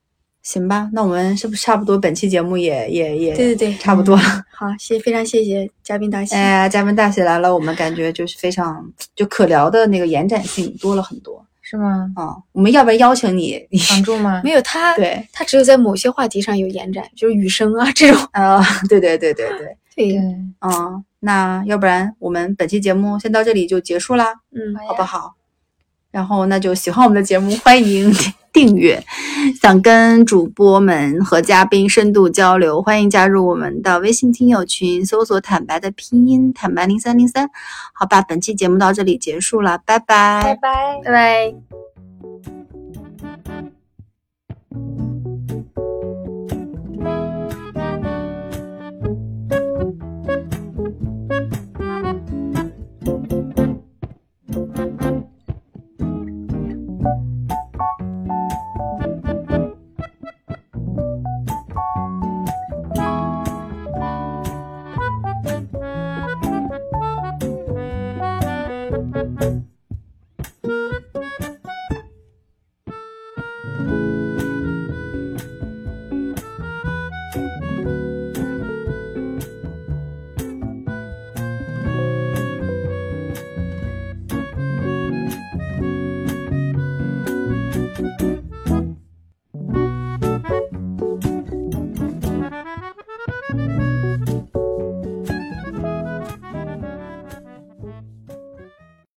D: 行吧，那我们是不是差不多？本期节目也也也
C: 对对对，
D: 差不多了。
C: 好，谢非常谢谢嘉宾大喜。
D: 哎呀，嘉宾大喜来了，我们感觉就是非常就可聊的那个延展性多了很多
E: 是吗？
D: 啊、我们要不要邀请你？你
E: 常驻吗？
C: 没有他，
D: [LAUGHS] 对，
C: 他只有在某些话题上有延展，就是雨声啊这种。
D: 啊，对对对对对，
C: 对
E: 对，
D: 啊、那要不然我们本期节目先到这里就结束啦。
C: 嗯，
E: 好
D: 好不好？然后那就喜欢我们的节目，欢迎订阅。想跟主播们和嘉宾深度交流，欢迎加入我们的微信听友群，搜索“坦白”的拼音“坦白零三零三”。好吧，本期节目到这里结束了，拜拜。
E: 拜。
C: 拜拜。